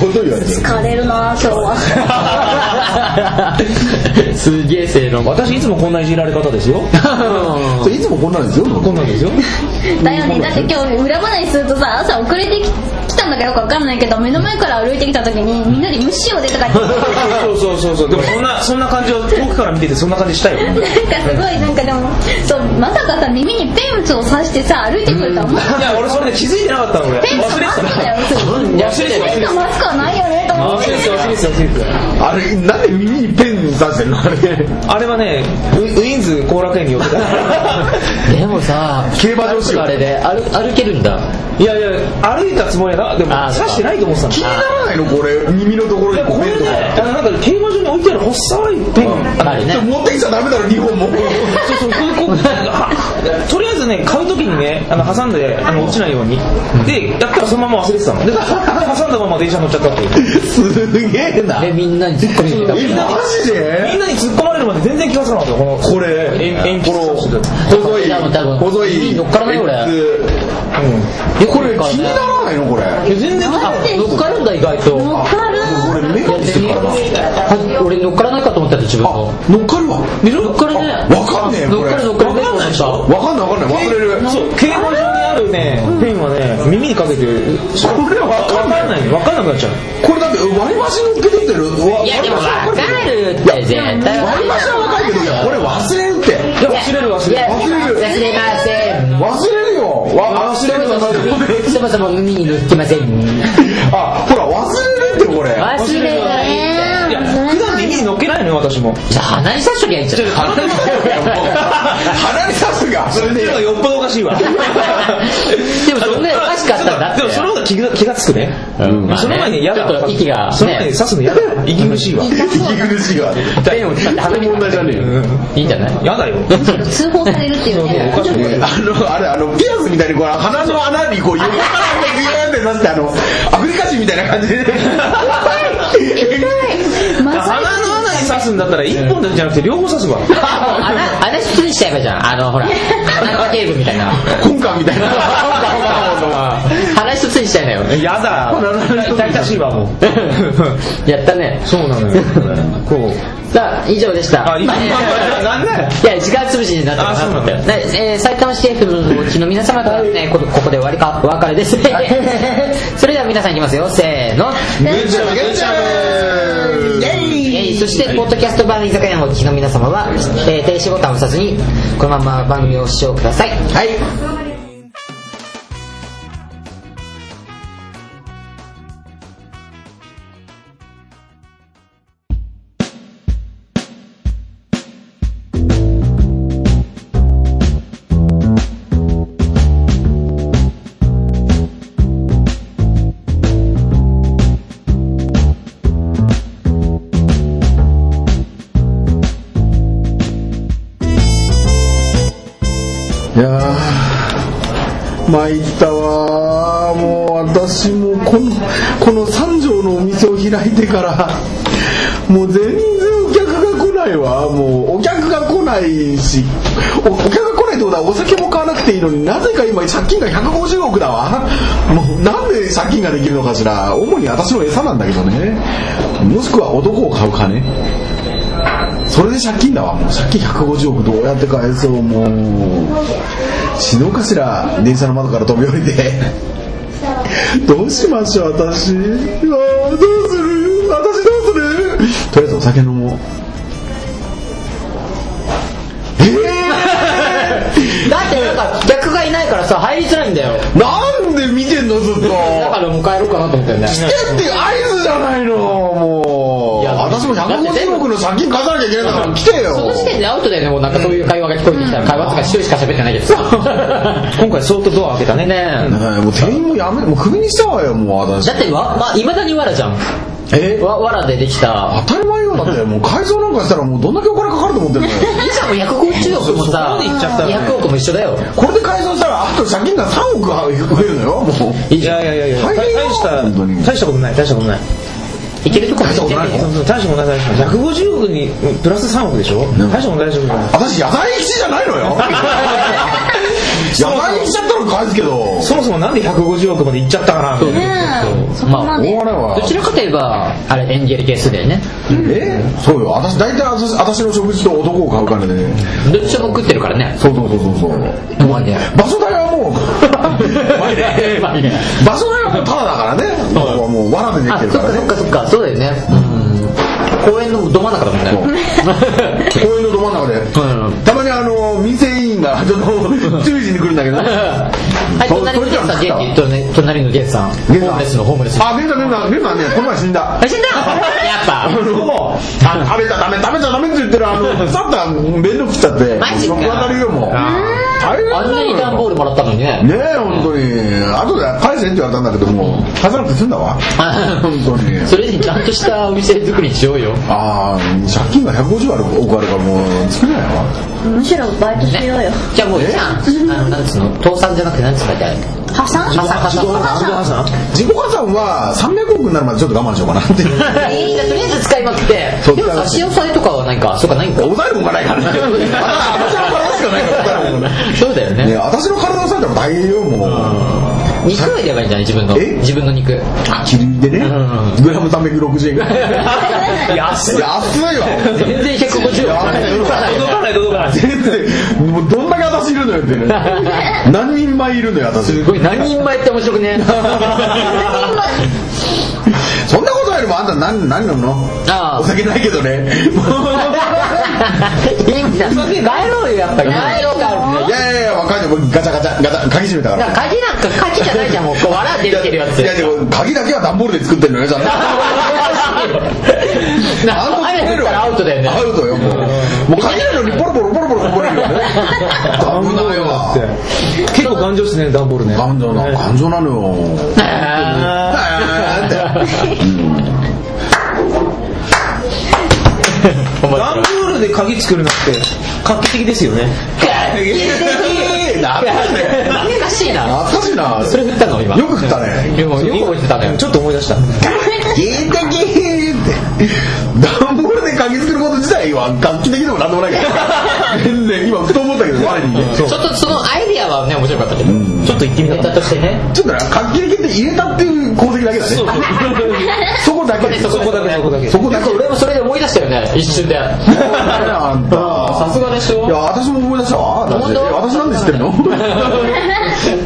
Speaker 2: 本当に言われてる
Speaker 4: 枯れるな今日は
Speaker 1: すげえ性能
Speaker 3: 私いつもこんないじられ方ですよ
Speaker 2: それいつもこんなんですよこんなんですよ
Speaker 4: だよねだって今日裏話するとさ朝遅れてき来たんだかよくわかんないけど目の前から歩いてきた時にみんなで無視をでとか言ってなんか
Speaker 3: そうそうそうそうでもそんなそんな感じを遠くから見ててそんな感じした いよね
Speaker 4: すごいなんかでもそうまさかさ耳にペンツを刺してさ歩いてくるとは思って
Speaker 3: いや俺 それで気づいてなかったの俺忘れ
Speaker 4: ペン
Speaker 3: てた
Speaker 4: ツとマスクだよ普通に
Speaker 3: 忘れてた忘
Speaker 4: ペ
Speaker 3: れ
Speaker 4: ン
Speaker 3: て
Speaker 4: と
Speaker 3: た
Speaker 4: マスクはないよねと思
Speaker 3: 忘
Speaker 4: って
Speaker 3: れてた忘れてた忘れて
Speaker 2: あれなんで耳にペン刺してんのあ れ
Speaker 3: たあれはねウウィンズ後楽園に寄って た
Speaker 1: でもさ
Speaker 2: 競馬女子よ
Speaker 1: あれで歩歩けるんだ
Speaker 3: いやいや歩いたつもりやなでも
Speaker 1: あーそう
Speaker 3: 刺してないと思ってたの
Speaker 2: 気にならないのこれ耳のところ
Speaker 3: い
Speaker 2: に
Speaker 3: やこ
Speaker 2: ペ
Speaker 3: れ
Speaker 2: ンと
Speaker 3: ね
Speaker 2: か
Speaker 3: あのなんか競馬場に置いてある細いペン、
Speaker 1: あるね
Speaker 2: ちょ持ってきちゃダメだろ日本も
Speaker 3: そうそうこうこうあとりあえずね買う時にねあの挟んであの落ちないように、でやったらそのまま忘れてたので挟んだまま電車乗っちゃったっていう
Speaker 2: すげえな
Speaker 1: で
Speaker 2: え
Speaker 1: みんなに突っ込みに行
Speaker 2: マ
Speaker 1: った
Speaker 2: ジで
Speaker 3: みんなに突っ込まれるまで全然気がつかなかったこの
Speaker 2: これ
Speaker 3: えん鉛筆
Speaker 2: こ
Speaker 3: 刺して
Speaker 2: の細い
Speaker 1: 多分多分
Speaker 2: 細い
Speaker 1: 乗っからない俺
Speaker 3: う
Speaker 2: これ気にならないのこれ
Speaker 3: んいや全然あ
Speaker 1: 乗っかるんだ意外と
Speaker 4: わかる
Speaker 2: 俺目がしてるからな
Speaker 1: は俺乗っからないかと思ったよ自分の
Speaker 2: 乗っかるわ
Speaker 1: 乗っかるね
Speaker 2: わかんねえ
Speaker 1: 乗
Speaker 2: こ
Speaker 1: っ
Speaker 2: れ
Speaker 1: かる乗っかる
Speaker 3: わかんないでしょ
Speaker 2: わかんないわかんない忘れる
Speaker 3: そう競馬場にあるねペンはね耳にかけて
Speaker 2: これわ
Speaker 3: 分
Speaker 2: か
Speaker 3: かん
Speaker 2: んな
Speaker 3: ない
Speaker 2: い
Speaker 3: 分かんなくなっちゃう
Speaker 2: これだって割り箸乗っけてってる
Speaker 1: い
Speaker 2: わ
Speaker 1: やでもわかるって絶対
Speaker 2: 割り箸はわかるけどいやこれ忘れるって
Speaker 3: いや忘れる忘
Speaker 1: い
Speaker 3: れ
Speaker 1: や
Speaker 3: る
Speaker 2: 忘れ
Speaker 1: 忘
Speaker 2: る
Speaker 1: れません
Speaker 2: 忘れるよわ忘れるよ
Speaker 1: そもそも耳に塗ってません
Speaker 2: あほら忘れるってこれ
Speaker 1: 忘れない
Speaker 3: いや普段耳に乗っけないのよ私も
Speaker 1: じゃあ鼻に刺しときゃいいんじゃん
Speaker 2: 鼻に刺すよもう鼻に刺すが忘れ
Speaker 3: って
Speaker 2: ね
Speaker 3: いう
Speaker 2: え
Speaker 3: のが
Speaker 2: よ
Speaker 3: よっぽどおか しいわ
Speaker 1: でもそんなにおかしかったんだって
Speaker 3: でもその方が気が気がつくね、
Speaker 1: まあね
Speaker 3: その前に嫌だ
Speaker 1: ちょっと息がね
Speaker 3: その前に刺すの嫌だ息苦 しいわ
Speaker 2: 息苦しいわ
Speaker 1: ペンを使って鼻に問題じゃねえよいいんじゃない
Speaker 3: 嫌だよ
Speaker 4: 通報されるっていうね
Speaker 3: おかしくない
Speaker 2: ねあのあれあのピアスみたいにこう鼻の穴にこう指からこうビューンってなってあのアフリカ人みたいな感じで
Speaker 4: まさ
Speaker 3: 鼻
Speaker 4: に
Speaker 3: の穴に刺すんだったら一本だけじゃなくて両方刺すわ
Speaker 1: 穴穴失礼しちゃえばじゃんあのほら鼻ケーブみたいな
Speaker 2: 今回みたいな
Speaker 1: 鼻一つにしちゃいなよ
Speaker 3: 嫌だ痛々しいわもう
Speaker 1: やったね
Speaker 3: そうなのよこ
Speaker 1: さあ以上でした
Speaker 3: あ今なんだよ
Speaker 1: いや時間潰しになったかな
Speaker 3: あそうなんだ
Speaker 1: ねえー、埼玉市 F のうちの皆様とはですねこここで終わりかお別 れです、それでは皆さんいきますよせーの
Speaker 2: グンちゃんグンちゃん
Speaker 1: えーそして、ポッドキャスト版の居酒屋のお聞きの皆様は、えー停止ボタンを押さずに、このまま番組を視聴ください。
Speaker 2: はいいやー参ったわーもう私もこのこの三条のお店を開いてからもう全然お客が来ないわもうお客が来ないしおお客が来ないってことはお酒も買わなくていいのになぜか今借金が150億だわもうなんで借金ができるのかしら主に私の餌なんだけどねもしくは男を買う金そそれで借金だわもう借金150億どうやって返そうもう死のうかしら電車の窓から飛び降り てどうしましょう私うわーどうする私どうするとりあえずお酒飲もうえ
Speaker 1: だってなんか客がいないからさ入りづらいんだよ
Speaker 2: ー、なんで見てんのずっと
Speaker 1: だからもう帰ろうかなと思ったよね
Speaker 2: 来てって合図じゃないのもう
Speaker 1: いや
Speaker 2: 私も150億の借金返さなきゃいけないんだから来てよ
Speaker 1: その時点でアウトだよねもうなんかそういう会話が聞こえてきたら会話とか一人しか喋ってないけどさ
Speaker 3: 今回相当ドア開けたね
Speaker 1: ねえ
Speaker 2: ねえもう店員もやめもうクビにしたわよもう私
Speaker 1: だってわまあ、未だにわらじゃん
Speaker 2: え
Speaker 1: わわらでできた
Speaker 2: 当たり前よだってもう改造なんかしたらもうどんだけお金かかると思ってん のよ
Speaker 1: いざも150億も
Speaker 3: そ
Speaker 1: さ
Speaker 3: こまで行っちゃったらね
Speaker 1: 200億も一緒だよ
Speaker 2: これで改造したらあと借金が3億は増えるのよもう
Speaker 1: い
Speaker 3: いやいやいやいや
Speaker 2: 大
Speaker 3: 大
Speaker 2: 変よ
Speaker 3: 大した
Speaker 2: 本当に
Speaker 3: 大したことない大したことない
Speaker 1: いけるとこまで行って
Speaker 2: 大したことな
Speaker 1: ね
Speaker 2: いの
Speaker 3: そうそう大したことない大したことない150億にうんプラス3億でしょ
Speaker 2: ん
Speaker 3: 大したことない大したことない
Speaker 2: 私野菜吉じゃないのよ野菜吉だったら返すけど
Speaker 3: そもそもなんで150億まで行っちゃったかなみたいな
Speaker 4: ねえそこ
Speaker 1: まあ
Speaker 4: まで
Speaker 2: 大金は
Speaker 1: どちらかといえばあれエンゲル係数だよね
Speaker 2: えそうよ私大体私私の食事と男を買うからね
Speaker 1: どっちも食ってるからね
Speaker 2: そうそうそうそうそう
Speaker 1: うまいね
Speaker 2: 場所代はも
Speaker 1: う
Speaker 2: う
Speaker 1: まいね
Speaker 2: 場所代はもうタダだからねここはもうわらででき
Speaker 1: あ
Speaker 2: て
Speaker 1: そっ
Speaker 2: るか
Speaker 1: から
Speaker 2: ね
Speaker 1: そっかそっかそうだよねうん公園のど真ん中だもんね
Speaker 2: 公園のど真ん中で
Speaker 1: ん
Speaker 2: たまにあの民生委員がちょっと注意しに来るんだけど
Speaker 1: はい隣のゲンさん元気隣隣のゲンさんホ
Speaker 2: ゲンさん
Speaker 1: ームレスのホームレス
Speaker 2: あ出た出た出たねこの前死んだ
Speaker 1: あ死んだやっ ぱ
Speaker 2: もうあ食べちゃダメ食べちゃダメって言ってるあのサッター面倒くっちゃって
Speaker 1: マジか
Speaker 2: 僕当たるよもう大変
Speaker 1: あん
Speaker 2: な
Speaker 1: なに段ボー
Speaker 2: のよ
Speaker 1: ルもらったのにね
Speaker 2: ねえ本当に後で返せって言われたんだけども返さなくて済んだわ
Speaker 1: あ
Speaker 2: 本当に
Speaker 1: それにちゃんとしたお店作りにしようよ
Speaker 2: ああ借金が150ある億あるからもう作れないわ
Speaker 4: むしろバイトしようよ
Speaker 1: じゃあもうじゃあのなんつうの倒産じゃなくてなんつうんだっけあれ
Speaker 4: 破産
Speaker 1: 破産破産破
Speaker 2: 自己
Speaker 1: 産
Speaker 2: 破産自己破産は300億になるまでちょっと我慢しようかなっていう
Speaker 1: いいじゃあとりあえず使いまくって
Speaker 2: そう
Speaker 1: でもさ
Speaker 2: 使い
Speaker 1: 潮騒とかはないかそうかないんか
Speaker 2: お財布がないからね 私の体しかないからお財布がね
Speaker 1: そうだよ
Speaker 2: ね
Speaker 1: ね
Speaker 2: 私の体をされたら大変よもう
Speaker 1: 肉を入ればいいんじゃない自分の
Speaker 2: え
Speaker 1: 自分の肉
Speaker 2: あ切り売りでね
Speaker 1: う
Speaker 2: グラム360円ぐらい
Speaker 1: 安い
Speaker 2: 安いわ
Speaker 1: 全然150円
Speaker 3: 届かない届かない
Speaker 2: 全然もうどんだけ私いるのよってね何人前いるのよ私
Speaker 1: すごい何人前って面白くね
Speaker 2: そんなことよりもあんた何何飲むの
Speaker 1: ああ
Speaker 2: お酒ないけどね
Speaker 1: いいんだ帰ろうよやっぱり帰ろうか
Speaker 2: いやいやいや若いの僕ガチャガチャガチャ鍵閉めたから
Speaker 1: だから鍵なんか鍵じゃないじゃんもうこう笑って出てるやつ
Speaker 2: いやいやでも鍵だけは段ボールで作ってるのよちゃんと
Speaker 1: なんか雨降ったらアウトだよね
Speaker 2: アウトよもうもう鍵なのにポロポロポロポロこぼれるよねダメだよ
Speaker 3: 結構頑丈っすね段ボールね
Speaker 2: 頑丈な頑丈なのよ
Speaker 1: あ
Speaker 2: あーって
Speaker 1: ー面
Speaker 3: 段ボ
Speaker 1: 白
Speaker 3: ー
Speaker 1: い
Speaker 3: ルで鍵作るのって画期的ですよね
Speaker 2: 懐かしいね
Speaker 1: 懐かしいな
Speaker 2: 懐かしいな
Speaker 1: それ振ったの今
Speaker 2: よく振った ね
Speaker 1: でもよく覚えてたのよ
Speaker 3: ちょっと思い出した
Speaker 2: ギーテキーって段ボールで鍵作ること自体は楽器的でもなんでもないから全然今ふと思ったけど前に
Speaker 1: ちょっとそのアイディアはね面白かったけど
Speaker 3: ちょっと行ってみた
Speaker 1: ネ
Speaker 3: かっ
Speaker 1: タとしてね
Speaker 2: ちょっとね楽器的って入れたっていう功績だけだね
Speaker 3: た
Speaker 2: そこだけ
Speaker 1: そこ
Speaker 3: そこだけそこだけ
Speaker 2: そこ
Speaker 1: な
Speaker 2: だ
Speaker 1: ん
Speaker 2: け
Speaker 1: か俺もそれで思い出したよね一 瞬で
Speaker 2: あんた
Speaker 1: さすがでし
Speaker 2: いや
Speaker 1: ょ
Speaker 2: 私も思い出したわ私
Speaker 1: 本
Speaker 2: え
Speaker 1: 当
Speaker 2: 私なんで知ってるの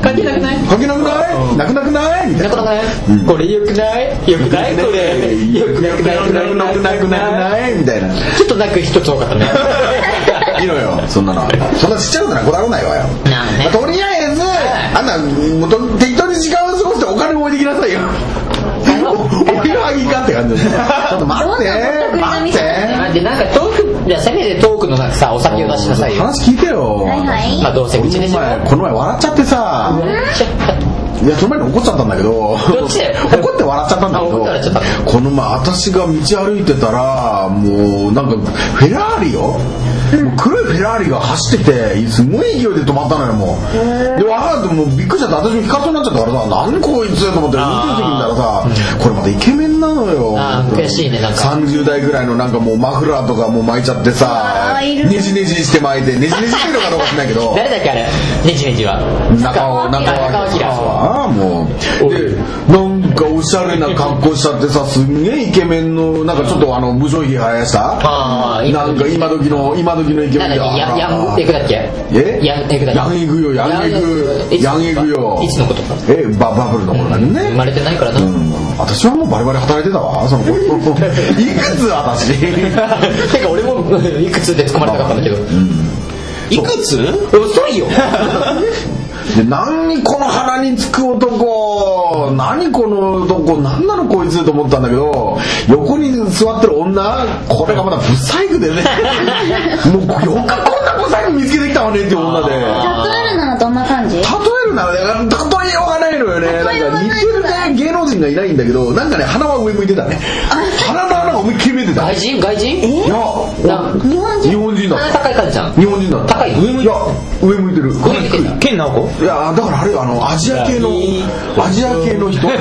Speaker 1: 関係なくない
Speaker 2: 書けなくないなくなくないみた
Speaker 1: ないかな
Speaker 2: な
Speaker 1: かないこれよくないよくないこれよくなくないよくなくないよくな
Speaker 2: なく
Speaker 1: く
Speaker 2: なく
Speaker 1: ない
Speaker 2: ないみたいな
Speaker 1: ちょっとなく一つ多かったね
Speaker 2: いいのよそんなのそんなちっちゃいことなんかこだわらないわよ
Speaker 1: なあね
Speaker 2: とりあえずあんなもうと適当に時間を過ごしてお金を置いてきなさいよおお湯はぎかって感じですちょっと待って
Speaker 4: どんなぼったくりな
Speaker 2: 待っ
Speaker 4: 店な
Speaker 2: て
Speaker 1: でなんかトークじゃあせめてトークのなんかさお酒を出しなさいよ
Speaker 2: 話聞いてよ
Speaker 4: はいはい
Speaker 1: まあどうせう
Speaker 2: こ
Speaker 1: ちでし
Speaker 2: の
Speaker 1: ょ
Speaker 2: 前この前笑っちゃってさいやその前に怒っちゃったんだけど
Speaker 1: どっちだよ
Speaker 2: 怒って笑っちゃったんだけ
Speaker 1: あ怒って笑っちゃった
Speaker 2: どこの前私が道歩いてたらもうなんかフェラーリよもう黒いフェラーリが走っててすごい勢いで止まったのよもうでわーってもうびっくりしちゃって私も引かそうになっちゃったからさ何こいつと思って運転席見たらさこれまたイケメンなのよ
Speaker 1: あー悔しいねなんか
Speaker 2: 30代ぐらいのなんかもうマフラーとかもう巻いちゃってさ
Speaker 4: あーいる
Speaker 2: ねじねじして巻いてねじねじしてるのかどうかしないけど
Speaker 1: 誰だっけあれねじねじは
Speaker 2: 中尾中尾
Speaker 1: 中尾
Speaker 2: 明
Speaker 1: 明
Speaker 2: あなもう
Speaker 3: おい
Speaker 2: でなんかおしゃれな格好しちゃってさすんげえイケメンのなんかちょっとあの無情ひげ生やした
Speaker 1: ああ
Speaker 2: なんか今時の今時のイケメ
Speaker 1: なん
Speaker 2: ン
Speaker 1: だっけ
Speaker 2: だ
Speaker 1: ヤヤンエグだっけ
Speaker 2: え
Speaker 1: ヤンエグだっけ
Speaker 2: ヤンエグよヤンエグ
Speaker 1: ヤ
Speaker 2: ヤ
Speaker 1: ン
Speaker 2: ン
Speaker 1: エ
Speaker 2: エ
Speaker 1: グ
Speaker 2: グよ
Speaker 1: いつのことか
Speaker 2: えババブルの頃だけどね
Speaker 1: 生まれてないからな、
Speaker 2: うん私はもうバリバリ働いてた わその頃いくつ私
Speaker 1: てか俺もいくつで突っ込まれたかったんだけど
Speaker 5: いくつ
Speaker 1: 遅いよ
Speaker 2: で何この鼻につく男何この男何なのこいつと思ったんだけど横に座ってる女これがまだ不細工で ねもうよくこんな不細工見つけてきたわねっていう女で
Speaker 4: 例えるならどんな感じ
Speaker 2: 例えるなら例えようがないのよね
Speaker 4: 例えよう
Speaker 2: なんか
Speaker 4: がない
Speaker 2: 似てるね芸能人がいないんだけどなんかね鼻は上向いてたね鼻の穴が思いっきり見えてた
Speaker 1: 外
Speaker 2: い
Speaker 1: 人外人
Speaker 2: や
Speaker 1: な
Speaker 4: 日本人
Speaker 2: 日本人だった
Speaker 1: 高い感じじゃん
Speaker 2: 日本人だった
Speaker 1: 高い
Speaker 3: 上向い
Speaker 2: いや上向いてる
Speaker 1: 上向いてんだ
Speaker 3: ケンナオコ
Speaker 2: いやだからあれあのアジア系のアジア系の 人そう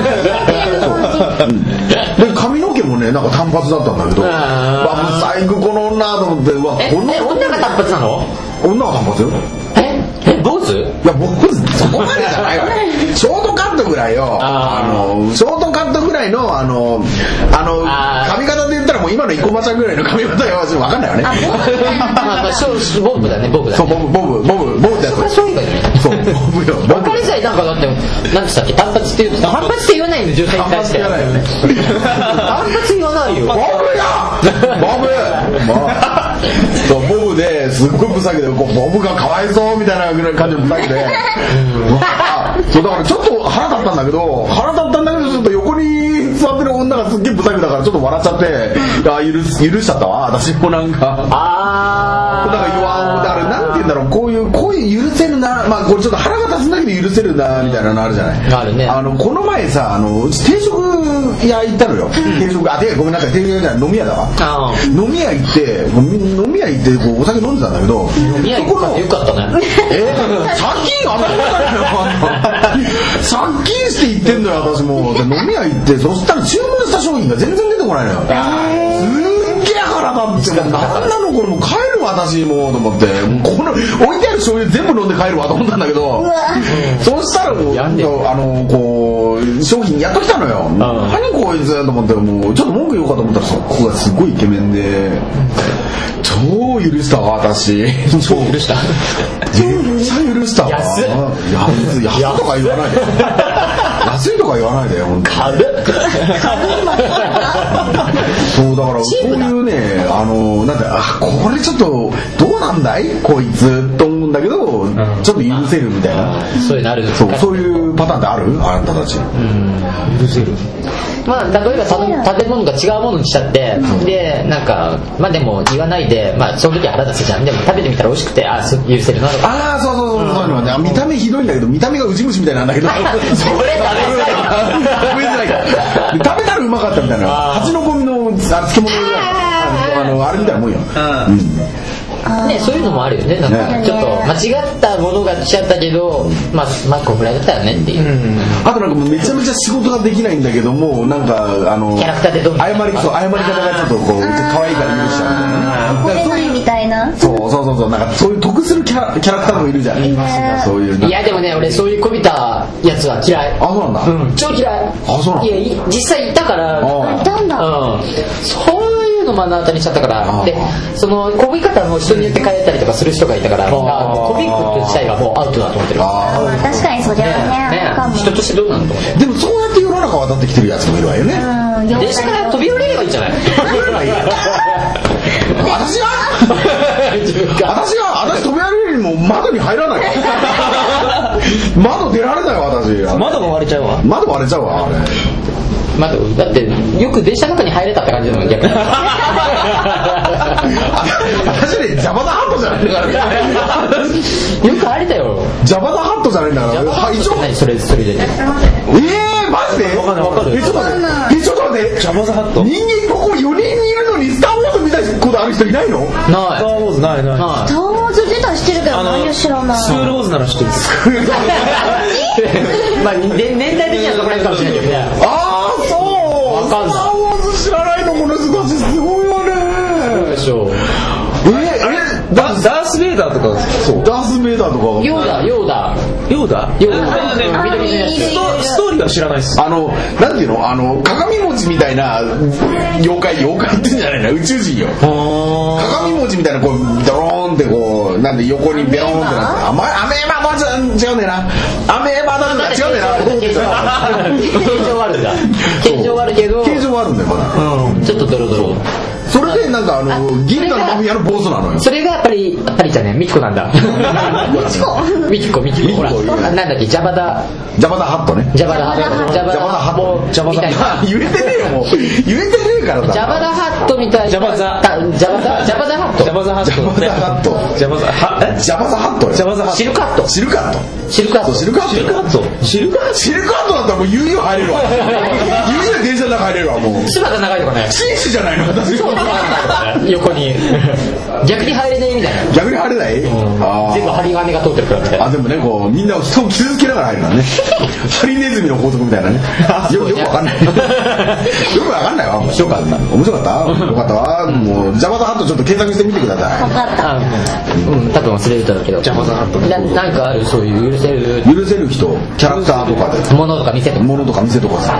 Speaker 2: で髪の毛もねなんか単発だったんだけど
Speaker 1: うん
Speaker 2: わ最後この女と思ってうわ
Speaker 1: ええ
Speaker 2: この
Speaker 1: 女が単発なの
Speaker 2: 女は単発よ
Speaker 1: ええ坊主
Speaker 2: いや僕そこまでじ ゃないわショートカットぐらいよ
Speaker 1: あ
Speaker 2: あ
Speaker 1: ー
Speaker 2: のショートカットぐらいのあの
Speaker 1: あ
Speaker 2: あ
Speaker 1: ー
Speaker 2: の髪型で言ったらもう今の生駒ちゃんぐらいの髪型よ分かんないよね
Speaker 4: あボブみたいな
Speaker 1: まあまあそうボブだねボブだ
Speaker 2: そう
Speaker 1: ね
Speaker 2: ボブボブボブボブってや
Speaker 1: これ
Speaker 2: つ
Speaker 1: そういうのね
Speaker 2: そうボブよボ
Speaker 1: 分かりづらいなんかだって何でしたっけ単発って言うと単発って言わないの女性に対して
Speaker 2: 単発って言わない よね
Speaker 1: 単発言わないよ
Speaker 2: ボブよボブもうそうボブですっごい不細工でこうボブがかわいそうみたいなぐらいの感じの不細工であそうだからちょっと腹立ったんだけど腹立ったんだけどちょっと横に座ってる女がすっげえ不細工だからちょっと笑っちゃっていや許す許しちゃったわ私もなんか。
Speaker 1: あ
Speaker 2: だ
Speaker 1: ー
Speaker 2: から弱だからなんて言うんだろうこういうこういう許せるなまあこれちょっと腹が立つんだけど許せるなみたいなのあるじゃない
Speaker 1: あるね
Speaker 2: あのこの前さあのうち定食屋行ったのよ、定食あてかごめんなさい定食屋じゃない飲み屋だわ
Speaker 1: あー
Speaker 2: 飲み屋行ってもうみ飲み屋行ってこうお酒飲んでたんだけど
Speaker 1: 飲み屋行くかってよかったね
Speaker 2: え借金あんたのよ借金して行ってんだよ私もうで飲み屋行ってそしたら注文した商品が全然出てこないのよすんげえ腹立ってもう何なのこれもう帰るわ私もうと思ってもうこの置いてある醤油全部飲んで帰るわと思ったんだけどそうしたらもう
Speaker 1: や
Speaker 2: あ
Speaker 1: んね
Speaker 2: のこう商品やっときたのよ何こいつと思ってもうちょっと文句言おうかと思ったらそこがすごいイケメンで超許したわ私超
Speaker 1: どうした
Speaker 2: めっちゃ許したわ
Speaker 1: 安っ
Speaker 2: 安い安いとか言わないで安いとか言わないで本当に
Speaker 1: 軽っ
Speaker 2: そうだからこういうねあのなんてあこれちょっとどうなんだいこいつと思うんだけど、ちょっと許せるみたいな
Speaker 1: そういうのある
Speaker 2: そうそういうパターンってあるあなたたち
Speaker 3: 許せる
Speaker 1: まあ、例えば建建物が違うものにしちゃって、で、なんか、まあでも言わないで、まあその時は腹立つじゃん。でも食べてみたら美味しくて、あ、す許せるなとか。
Speaker 2: ああそうそうそうそういうのはねあ見た目ひどいんだけど見た目がウジ虫みたいなんだけど それ食べ
Speaker 1: 食べづらい
Speaker 2: 食べづらいからで食べたらうまかったみたいな蜂のゴミのあ漬物ぐらいあのあれみたいなもんよ、うん
Speaker 1: ね、そういうのもあるよね。なんか、
Speaker 2: ね
Speaker 1: ちょっと間違ったものが来ちゃったけど、まあ、まあ、こんぐらいだったよねっていう。
Speaker 2: あとなんかもうめちゃめちゃ仕事ができないんだけどもなんかあの
Speaker 1: キャラクターでどう
Speaker 2: 謝りそう謝り方がちょっとこう可愛いから許しちゃうみた
Speaker 4: 怒
Speaker 2: いなだか
Speaker 4: れ
Speaker 2: らそう
Speaker 4: ない
Speaker 2: いう
Speaker 4: みたいな
Speaker 2: そうそうそうそうなんかそういう得するキャラキャラクターもいるじゃん
Speaker 4: ね
Speaker 2: そういうなん
Speaker 1: い
Speaker 2: か
Speaker 1: や、でもね、俺そういうこびたやつは嫌い。
Speaker 2: あそうなんだ、
Speaker 1: うん、超嫌い。
Speaker 2: あそうなの
Speaker 1: いやい、実際行ったから、
Speaker 2: あ
Speaker 4: あいたんだ
Speaker 1: うん、そういうの目の当たりにしちゃったから
Speaker 2: あー
Speaker 1: でそのこび方も人によって変えたりとかする人がいたからあこびること自体がもうアウトだと思ってる
Speaker 2: あ
Speaker 4: まあ確かにそりゃねあるか
Speaker 1: ね
Speaker 4: も
Speaker 1: 人としてどうなのと思って
Speaker 2: ーでもそうやって世の中渡ってきてるやつもいるわよね、
Speaker 4: うんよ
Speaker 1: 電車から飛び降りればいいんじゃない
Speaker 2: 私は
Speaker 1: 自分が
Speaker 2: 私は私飛び降りるよりも窓に入らないわ窓出られないわ私
Speaker 3: 窓が割れちゃうわ
Speaker 2: 窓割れちゃうわあれ
Speaker 1: まあ、だってよく電車の中に入れたって感じだもん逆に
Speaker 2: あ私ね邪魔なハットじゃないんだから
Speaker 1: よく入れたよ
Speaker 2: ジャバダハットじゃないんだから。は一応。
Speaker 1: 何それそれでね
Speaker 2: ええー、マジで。
Speaker 3: わかんないわかんない
Speaker 2: え、ちょっと待って。え、ちょっ
Speaker 3: ジャバ
Speaker 2: と待って。
Speaker 3: ザハット
Speaker 2: 人間ここ四人いるのに、スターウォーズみたいなことある人いないの。
Speaker 3: ス
Speaker 1: ない
Speaker 3: ター・ウォーズないない
Speaker 1: な
Speaker 4: タワーズ出たらしてるけど何を知らない
Speaker 3: スクール・ウォーズなら知ってる
Speaker 1: い まあ年年代的にはそこら辺かもしれないけどね
Speaker 2: ああ、そう。
Speaker 1: わかんない
Speaker 2: スターウォーズ知らないの、この人たち、すごいわね。
Speaker 1: どうでしょう
Speaker 2: え、あれ、
Speaker 3: ダダース・ベイダーとか
Speaker 2: そう、ダースベイダーとか。
Speaker 1: ヨーダヨーダ
Speaker 3: ヨーダ
Speaker 1: ヨーダ
Speaker 3: あね
Speaker 4: あ
Speaker 3: 緑のやつ
Speaker 4: いるいる
Speaker 3: ストストーリーは知らないです
Speaker 2: あの、なんていうのあの、鏡餅みたいな、妖怪、妖怪ってんじゃないな、宇宙人よ。鏡餅みたいな、こう、ドローンってこう、なんで横にビョーンってなって、あまアメーバもち違うんだよな。アメーバだとか違うんだよな。
Speaker 1: 形状ある形状あるんだ形状あるけど
Speaker 2: 形状はあるんだよ、まだ。
Speaker 1: ちょっとドロドロ
Speaker 2: それで、なんかあの、銀河のマフィアの坊主なのよ。
Speaker 1: それがやっぱりやっぱりじゃねミキコなんだミキコミキコミキコほら
Speaker 2: ミキコ
Speaker 1: なんだっけジャバダ
Speaker 2: ジャバダハットね。
Speaker 1: ジャバダハットジャバダハット
Speaker 2: ジャバ
Speaker 1: み
Speaker 2: ダ
Speaker 1: たい
Speaker 2: ハ
Speaker 1: な
Speaker 2: ット。言えてねえよ、もう。言えてねえからさ。
Speaker 1: ジャバダハットみたいな
Speaker 3: ジャバザ
Speaker 1: たジャバダジャバダハット
Speaker 3: ジャバザハ
Speaker 2: ジャバ
Speaker 3: ット
Speaker 2: ダハット。
Speaker 3: ジャバザハえ
Speaker 2: ジャバザハットよ。
Speaker 3: ジャバザハット
Speaker 1: シルカット
Speaker 2: シルカット。
Speaker 1: シルカッ
Speaker 2: そ
Speaker 1: ト
Speaker 2: う、シルカットよ。
Speaker 3: シルカット
Speaker 2: シルクアートだったらもう悠々入れる わ。悠々で電車の中入れるわ、もう。
Speaker 1: 柴田長いとかね
Speaker 2: 紳士じゃないの、私。
Speaker 1: 横に逆に入れないみたいな
Speaker 2: 逆に入れないあ
Speaker 1: 全部
Speaker 2: ー
Speaker 1: 針金が通ってるからみたいな
Speaker 2: あ、でもね、こう、みんなを人を傷つけながら入るのね。ハリネズミの法則みたいなね。 よよくわかん ない。よくわかんないわ。面白かった。面白かったよかったわ。もう、ジャバザハットちょっと検索してみてくださ
Speaker 4: 分
Speaker 2: い。
Speaker 4: かった
Speaker 1: あうん、うん多分忘れてたんだけど邪魔だなとななんかあるそういう許せる
Speaker 2: 許せる人、キャラクターとか
Speaker 1: ものとか見せて
Speaker 2: で、物とか店とかさ。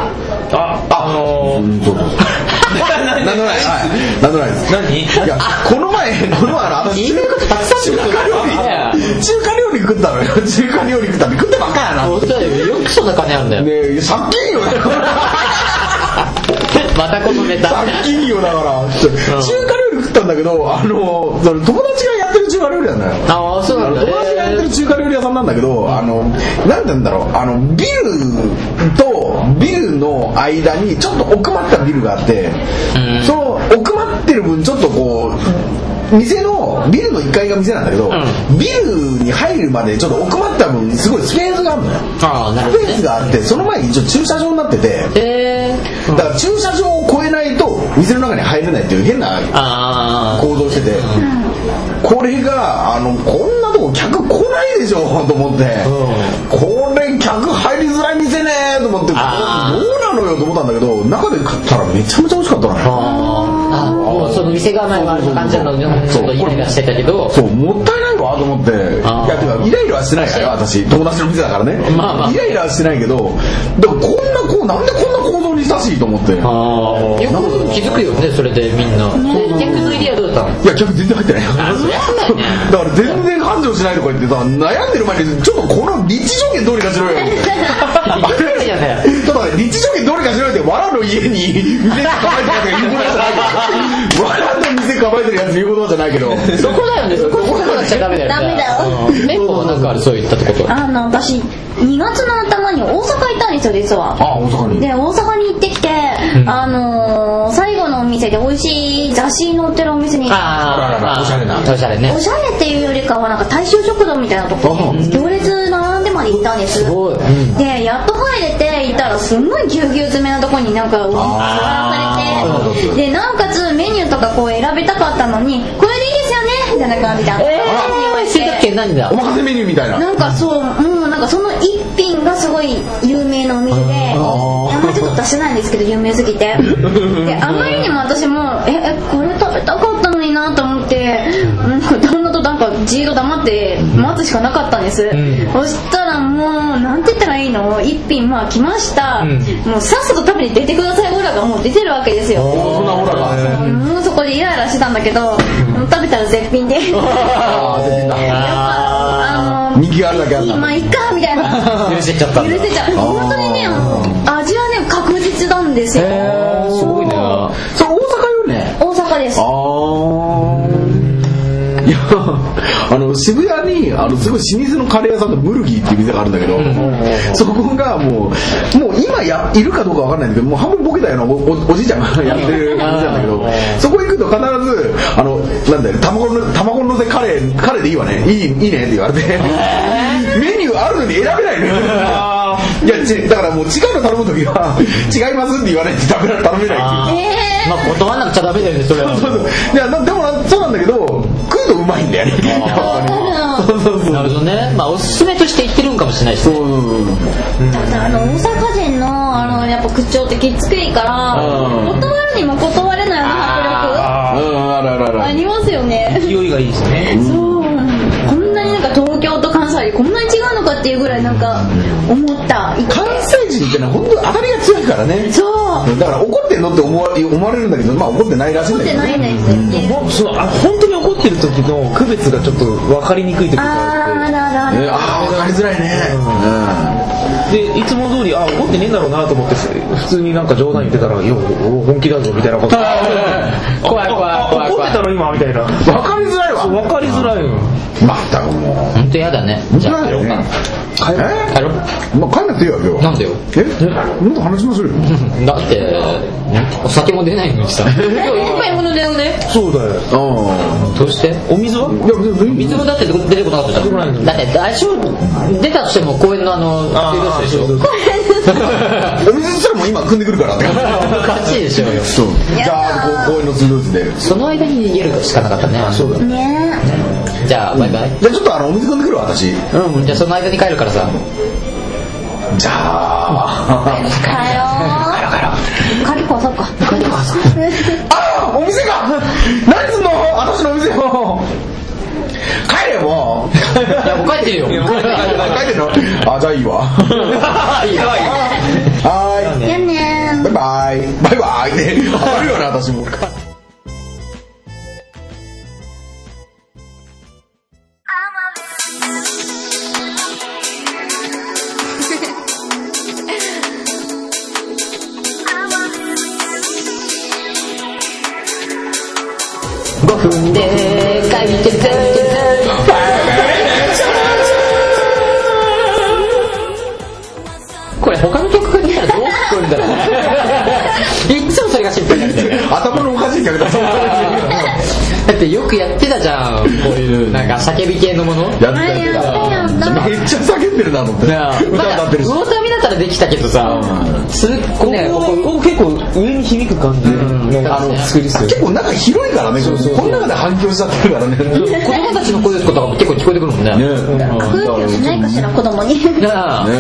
Speaker 3: ああの
Speaker 2: うん、そうそうそう。
Speaker 3: ー
Speaker 2: なんとない。はい。なんとないです。
Speaker 3: 何
Speaker 2: いや、この前、この前、あの、中華料理、中華料理食ったのよ。中華料理食ったって食ってばっかやな。
Speaker 1: 本当だよよくそんな金あるんだよ、
Speaker 2: ねえ、さっきんよ。
Speaker 1: またこのネタ
Speaker 2: さっきんよだから。中華料理食ったんだけど、あの、その友達がやってる中華料理なんだよ。
Speaker 1: ああそうなんだ
Speaker 2: 友達がやってる中華料理屋さんなんだけど、あの、なんて言うんだろう、あの、ビルとビルの間にちょっと奥まったビルがあって、
Speaker 1: うん
Speaker 2: その奥まってる分ちょっとこう、店の、ビルの1階が店なんだけど、
Speaker 1: う
Speaker 2: ビルに入るまでちょっと奥まった分すごいスペースがあるのよ。
Speaker 1: ああなる
Speaker 2: ス
Speaker 1: ほど
Speaker 2: ペースがあって、その前に一応駐車場になってて、
Speaker 1: えー、
Speaker 2: だから駐車場を越えないと店の中に入れないっていう変な
Speaker 1: ああ
Speaker 2: 構造してて、これがあのこんなとこ客来ないでしょと思って、これ客入りづらい店ねと思ってどう
Speaker 1: あー
Speaker 2: なのよと思ったんだけど中で買ったらめちゃめちゃ美味しかったのね
Speaker 1: ああもうその店構えはある感じなのにちょっとイライラしてたけど
Speaker 2: そうもったいないわと思ってい
Speaker 1: あー
Speaker 2: やてかイライラはしてないからよ私友達の店だからね、
Speaker 1: まあまあ
Speaker 2: イライラはしてないけどでもこんなこうなんでこんな構造に親しいと思って
Speaker 1: ああよく気づくよねそれでみんなで客の入りはどうだったの
Speaker 2: いや客全然入ってないよ
Speaker 1: あそりゃそうだよね
Speaker 2: だから全然繁盛しないとか言ってさ悩んでる前にちょっとこの立地条件どうにかしろよみたいな
Speaker 1: いやね
Speaker 2: ちょっとね立地条件どうにかしろよってわらの家に店構えてるやつが言うことじゃないけどわらの店構えてるやつ言うことじゃないけど
Speaker 1: そこだよねそこそこだっちゃダメだよね
Speaker 4: ダメ
Speaker 1: よ
Speaker 4: だ
Speaker 1: メンもなんかあるそういったってこと
Speaker 4: あの私2月の頭に大阪行ったんですよ実は
Speaker 2: あ大阪に
Speaker 4: で大阪に行ってきて、あのー最後のお店で美味しい雑誌に載ってるお店に
Speaker 1: あ
Speaker 2: らららおしゃれな
Speaker 1: おしゃれね
Speaker 4: おしゃれっていうよりかはなんか大衆食堂みたいなとこに行列並んでまで行ったんで
Speaker 1: す
Speaker 4: す
Speaker 1: ごいうん
Speaker 4: でやっと入れていたらすんごいぎゅうぎゅう詰めのとこになんか座ら
Speaker 2: あ
Speaker 4: されてでなおかつメニューとかこう選べたかったのにこれでいいですよねみたいな感じで
Speaker 1: ええ
Speaker 4: し
Speaker 1: 水族館何だ
Speaker 2: お任せメニューみたいな
Speaker 4: なんかそうもうなんかその一品がすごい有名なお店であんまりちょっと出せないんですけど有名すぎてであまりにも私もええこれ食べたかったのになと思ってなんか旦那となんかじーっと黙って待つしかなかったんです、
Speaker 1: ん
Speaker 4: そしたらもうなんて言ったらいいの一品まあ来ました、
Speaker 1: うん
Speaker 4: もうさっさと食べに出てくださいオラがもう出てるわけですよ
Speaker 2: そんなオラが
Speaker 4: もうそこでイライラしてたんだけど、食べたら絶品でやっ
Speaker 2: あー出てんだ
Speaker 4: ぱあの
Speaker 2: 人気があるだけあった
Speaker 4: まあいっかみたいな
Speaker 1: 許せちゃったん
Speaker 4: 許
Speaker 1: だ
Speaker 4: せちゃう本当にね味はね確実なんですよ、
Speaker 1: えーすごいね
Speaker 2: それ大阪よね
Speaker 4: 大阪です
Speaker 2: あーいやあの渋谷にあのすごい老舗のカレー屋さんのブルギーっていう店があるんだけど、そこがもうもう今やいるかどうかわかんないんだけどもう半分ボケたようなおおおじいちゃんが やってる感じなんだけどそこ行くと必ずあのなんだよ卵の卵のせカレーカレーでいいわねいいいいねって言われてメニューあるのに選べないのよいやちだからもう違うの頼む時は違いますって言わないと食べら頼めないっていう
Speaker 1: あー
Speaker 4: ええ
Speaker 1: まあ断らなくちゃダメだよねそれは
Speaker 2: そうそういやなでもなそうなんだけど食うとうまいんだよね
Speaker 4: わかるな
Speaker 2: そうそうそう
Speaker 1: なるほどねまあおすすめとして言ってるんかもしれないし
Speaker 2: そうそうそう
Speaker 4: ただあの大阪人のあのやっぱ口調ってきつくいから
Speaker 2: うん
Speaker 4: 断るにも断れないあの迫力
Speaker 3: あ
Speaker 2: うんあららら
Speaker 4: ありますよね
Speaker 3: ー勢いがいいですね
Speaker 4: そうこんなになんか東京と関西さでこんなに違うのかっていうぐらいなんか思ったい
Speaker 2: 関西人ってのは本当当たりが強いからね
Speaker 4: そう
Speaker 2: だから怒ってんのって思わ思われるんだけどまあ怒ってないらしいん
Speaker 4: 思
Speaker 2: だ
Speaker 4: っ
Speaker 2: け
Speaker 4: て
Speaker 2: ど
Speaker 4: ないんですよね
Speaker 3: もうそのあ本当に怒ってる時の区別がちょっと分かりにくい時
Speaker 4: あ
Speaker 3: があって
Speaker 4: ーあらら
Speaker 2: ね
Speaker 4: ら
Speaker 2: ああ分かりづらいね
Speaker 3: でいつも通りあ怒ってねえんだろうなと思って普通になんか冗談言ってたら「いやお本気だぞ」みたいなこと
Speaker 5: 怖い怖い怖い
Speaker 3: 怒っ
Speaker 5: 怖
Speaker 3: て
Speaker 5: い
Speaker 3: たの今みたいな
Speaker 2: うん分かりづらいわ
Speaker 3: 分かりづらいの
Speaker 2: まったくも
Speaker 1: 本当やだね
Speaker 2: う
Speaker 1: じゃあ
Speaker 2: 本
Speaker 1: 帰
Speaker 2: 当
Speaker 1: ろう
Speaker 2: だよね
Speaker 1: か
Speaker 2: 帰え
Speaker 1: 帰ろう
Speaker 2: まあ帰んなくていいわ今日
Speaker 1: なんでよ
Speaker 2: えもっと話しますよ
Speaker 1: だってお酒も出ないのに さ
Speaker 4: 買い物だよね
Speaker 3: そうだよ
Speaker 2: あ
Speaker 1: どうして
Speaker 3: お水は
Speaker 2: あいや別に
Speaker 1: 水もだって出てこなかったじゃんだって大正出たとしても公園のあの水道水でしょ
Speaker 2: お水すらもう今汲んでくるからって感
Speaker 1: おかしいでしょうよ
Speaker 2: じそうじゃあこう公園の水道水で
Speaker 1: その間に逃げるしかなかったねそうだ
Speaker 4: ね
Speaker 1: じゃあバイバイ
Speaker 2: じゃあちょっとあのお水汲んでくるわ私
Speaker 1: うんじゃあその間に帰るからさ
Speaker 2: じゃあ
Speaker 4: え帰ろう帰ろう帰ろう帰そうか
Speaker 2: あお店か何すんの私のお店よ帰れよもう
Speaker 1: いやもう帰ってるよ
Speaker 2: 帰ってんのあじゃあいいわはーい
Speaker 4: じゃあね
Speaker 2: バイバイバイバイねあるよな私も
Speaker 1: 5分で帰っててこれ他の曲が出たらどう聞こえんだろういっつもそれが心配なんだよね
Speaker 2: 頭のおかしい客だ
Speaker 1: だってよくやってたじゃんこういうなんか叫び系のもの
Speaker 2: やってたやってた
Speaker 4: やった
Speaker 2: めっちゃ叫んでるなと思 って
Speaker 1: なあ
Speaker 2: 歌
Speaker 1: ま
Speaker 2: 歌
Speaker 1: だ
Speaker 2: っ
Speaker 1: ウ
Speaker 2: て
Speaker 1: ォ
Speaker 2: るし
Speaker 1: ーターミナだったらできたけどさすっごいねここ
Speaker 3: ここ結構上に響く感じのあの作りっすよね
Speaker 2: 結構中広いからねこの中で反響しちゃってるからねね
Speaker 1: 子供たちの声とかも結構聞こえてくるもんね
Speaker 4: 空気をしないかしら子供に
Speaker 1: なあ
Speaker 2: ね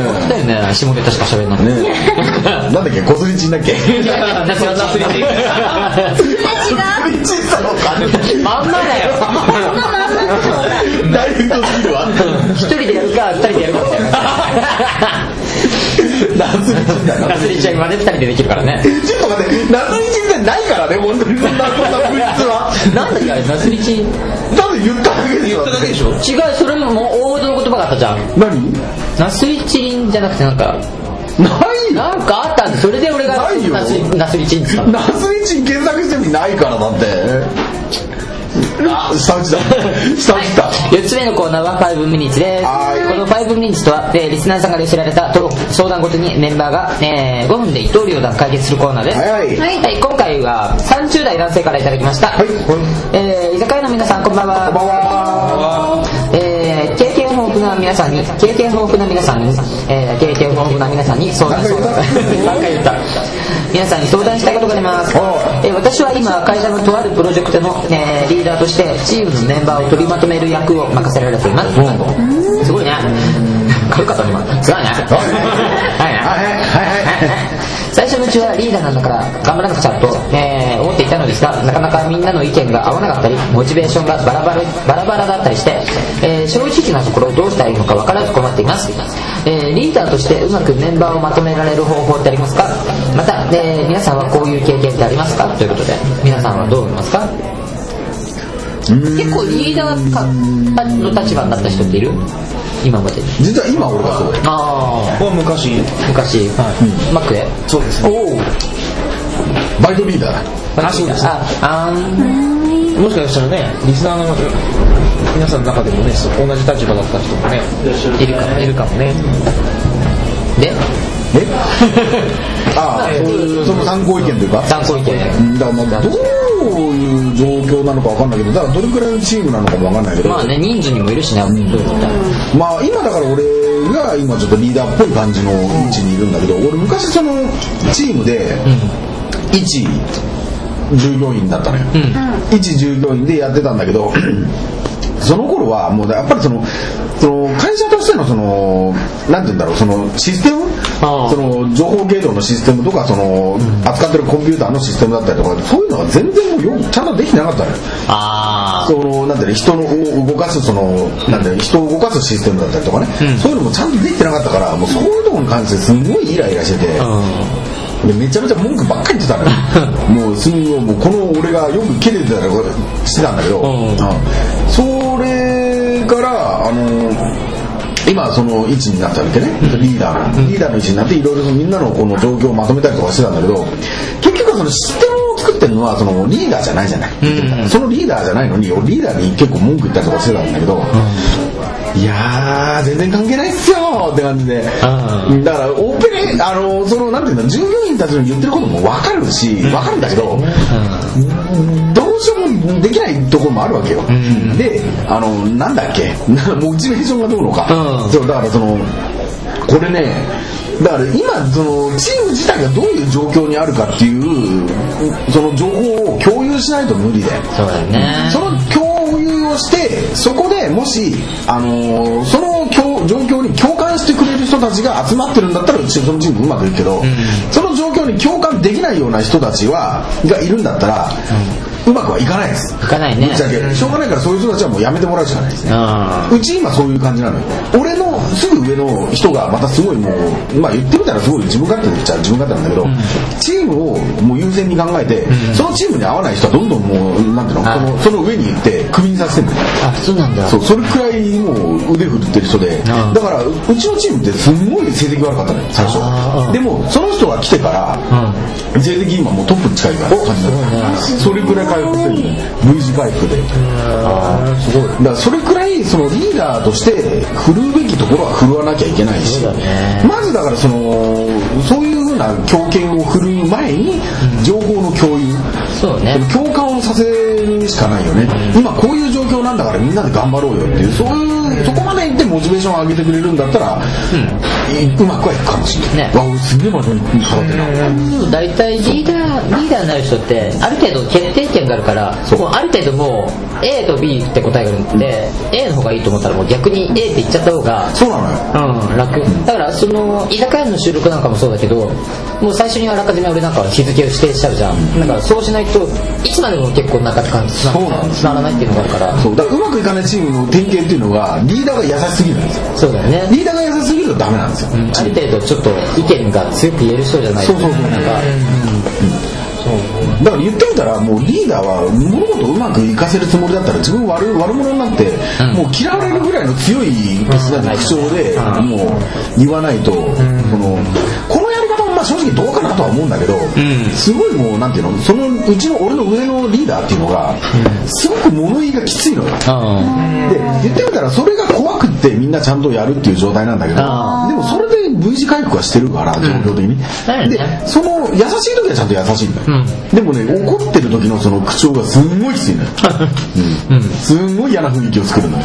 Speaker 1: だよね下ネタしか喋んなくて
Speaker 2: ねなんだっけこすりちんだっけ
Speaker 1: 夏が夏に
Speaker 2: ちんさのか
Speaker 1: まんまだよ
Speaker 2: ダイレクトすぎるわ
Speaker 1: 一人でやるか二人でやるかみたいな
Speaker 2: 夏にちんだな
Speaker 1: 夏にちゃんまで二人でできるからね
Speaker 2: ちょっと待って、夏にちんってないからね、本当にそんな、そんな物質は。
Speaker 1: なんだっけあれ夏にち違う
Speaker 2: ただ言っただけでしょ。
Speaker 5: しょ
Speaker 1: それももう大元の言葉があったじゃん
Speaker 2: 何
Speaker 1: 夏にちんじゃなくてなんか
Speaker 2: ないよ。
Speaker 1: なんかあったんでそれで俺が
Speaker 2: ないよ
Speaker 1: 夏に夏にちんって言ったの
Speaker 2: 夏にちん検索してもないからだって。あ、下打ちだ。下打ちだ。
Speaker 1: 4つ目のコーナーは5ミニッツです
Speaker 2: は
Speaker 1: こ
Speaker 2: い
Speaker 1: の5ミニッツとは、えーリスナーさんから寄せられたトーク相談ごとにメンバーが、え5分で一刀両断解決するコーナーです、
Speaker 2: はいはい
Speaker 1: は今回は30代男性からいただきました、
Speaker 2: はい。
Speaker 1: えー居酒屋の皆さんこんばんは
Speaker 2: こんばんは。
Speaker 1: えー経験豊富な皆さんに経験豊富な皆さんに、えー経験豊富な皆さんに相談
Speaker 2: 何回言
Speaker 1: 何回言っ
Speaker 2: った
Speaker 1: た皆さんに相談したいことがあります、
Speaker 2: は
Speaker 1: えー私は今会社のとあるプロジェクトの、えーリーダーとしてチームのメンバーを取りまとめる役を任せられています、すごいね軽かったね今すごいねはいね
Speaker 2: はいはいはい。
Speaker 1: 最初のうちはリーダーなんだから頑張らなくちゃと、えー思っていたのですがなかなかみんなの意見が合わなかったりモチベーションがバラバラバラバラだったりして、えー正直なところどうしたらいいのかわからず困っています、えーリーダーとしてうまくメンバーをまとめられる方法ってありますかまた、えー皆さんはこういう経験ってありますかということで皆さんはどう思いますか結構リーダーかの立場になった人っている今までに
Speaker 2: 実は今俺がそう。
Speaker 1: あ
Speaker 3: ここは昔
Speaker 1: あ昔、マックで
Speaker 3: そうですね
Speaker 2: バイトリーダーだ。
Speaker 1: あそうですああー
Speaker 3: もしかしたらねリスナーの皆さんの中でもねそう同じ立場だった人もね
Speaker 1: いるかもいるかもねで
Speaker 2: えああ、そういう、その参考意見というか。
Speaker 1: 参考意
Speaker 2: う
Speaker 1: 見
Speaker 2: んだからまあどういう状況なのかわかんないけどだからどれくらいのチームなのかもわかんないけど、
Speaker 1: まあね人数にもいるしねそういうこと
Speaker 2: まあ今だから俺が今ちょっとリーダーっぽい感じの位置にいるんだけど、俺昔そのチームで一従業員だったのよ、一従業員でやってたんだけど その頃はもうやっぱりそのその会社としてのそのなんて言うんだろうそのシステム
Speaker 1: ああ
Speaker 2: その情報系統のシステムとかその、扱ってるコンピューターのシステムだったりとかそういうのが全然もうよくちゃんとできてなかったのよ
Speaker 1: あ
Speaker 2: そのなんていうの人の動かすそのなんていうの人を動かすシステムだったりとかね、そういうのもちゃんとできてなかったからもうそういうところに関してすごいイライラしてて。でめちゃめちゃ文句ばっかり言ってたのよもうすんごいもうこの俺がよく切れてたりしてたんだけど、
Speaker 1: ん
Speaker 2: うんそれからあの今その位置になったわけねリーダーの、リーダーの位置になっていろいろみんなのこの状況をまとめたりとかしてたんだけど結局はそのシステムを作ってるのはそのリーダーじゃないじゃない、そのリーダーじゃないのに俺リーダーに結構文句言ったりとかしてたんだけど、いやー全然関係ないっすよって感じで
Speaker 1: う
Speaker 2: だからオペレあのそのなんていうんだ従業員たちの言ってることも分かるし分かるんだけど、どうしようもできないところもあるわけよ、であのなんだっけ モチベーションがどうのか、
Speaker 1: うん
Speaker 2: そうだからそのこれねだから今そのチーム自体がどういう状況にあるかっていうその情報を共有しないと無理だよ
Speaker 1: そうだよね
Speaker 2: その共有をしてそこでもし、あのーその共状況に共感してくれる人たちが集まってるんだったらそのチームうまくいくけど、その状況に共感できないような人たちはがいるんだったら、うまくはいかないです。
Speaker 1: いかないね
Speaker 2: ぶっちゃけしょうがないからそういう人たちはもうやめてもらうしかないですね。
Speaker 1: あ
Speaker 2: うち今そういう感じなのよ俺のすぐ上の人がまたすごいもうまあ言ってみたらすごい自分勝手に言っちゃ自分勝手なんだけど、チームをもう優先に考えて、そのチームに合わない人はどんどんもうなんていうの
Speaker 1: はい
Speaker 2: そのその上に行ってクビにさせてるのよ
Speaker 1: あそうなんだ
Speaker 2: そうそれくらいもう腕振ってる人で、
Speaker 1: ん
Speaker 2: だからうちのチームってすんごい成績悪かったのよ最
Speaker 1: あーう
Speaker 2: 初
Speaker 1: ん
Speaker 2: でもその人が来てから、成績今もうトップに近いから感じになるそれくらい回復してるのよ V 字回復であーすごいだからそれくらいそのリーダーとして振るうべきところは振るわなきゃいけない
Speaker 1: そ
Speaker 2: し
Speaker 1: うだね
Speaker 2: まずだからそのそういうふうな強権を振るう前に情報の共有、
Speaker 1: そうね
Speaker 2: 共感をさせるしかないよね、今こういう状況なんだからみんなで頑張ろうよっていうそういうそこまで行ってモチベーションを上げてくれるんだったら、うまくはいくかもしれない、
Speaker 1: ね
Speaker 2: わ俺すげえ真面目に育てるな
Speaker 1: でも大体リーダーリーダーになる人ってある程度決定権があるから
Speaker 2: そう
Speaker 1: もうある程度もう A と B って答えがあるんで、A の方がいいと思ったらもう逆に A って言っちゃった方が
Speaker 2: そうなのよ
Speaker 1: うん、楽だからその居酒屋の収録なんかもそうだけどもう最初にあらかじめ俺なんかは日付を指定しちゃうじゃん、だからそうしないといつまでも結構なんかつな
Speaker 2: そうなんです
Speaker 1: つながらないっていうのがあるから
Speaker 2: そうだからうまくいかないチームの典型っていうのがリーダーが優しすぎるんですよ
Speaker 1: そうだよね
Speaker 2: リーダーが優しすぎるとダメなんですよ、
Speaker 1: うんある程度ちょっと意見が強く言える人じゃないと
Speaker 2: そうそうそう
Speaker 1: なんか
Speaker 2: だから言ってみたらもうリーダーは物事をうまくいかせるつもりだったら自分悪い悪者になって、もう嫌われるぐらいの強い口調で、もう言わないと、そのこのやり方もまあ正直どうかなとは思うんだけど、すごいもうなんていうのそのうちの俺の上のリーダーっていうのが、すごく物言いがきついのよ。で言ってみたらそれが怖くってみんなちゃんとやるっていう状態なんだけど
Speaker 1: あ
Speaker 2: でもそれで V 字回復はしてるから状況的に、
Speaker 1: だよね
Speaker 2: でその優しい時はちゃんと優しいんだよ、でもね怒ってる時のその口調がすんごいきつ いのよ、うんすんごい嫌な雰囲気を作るのよ、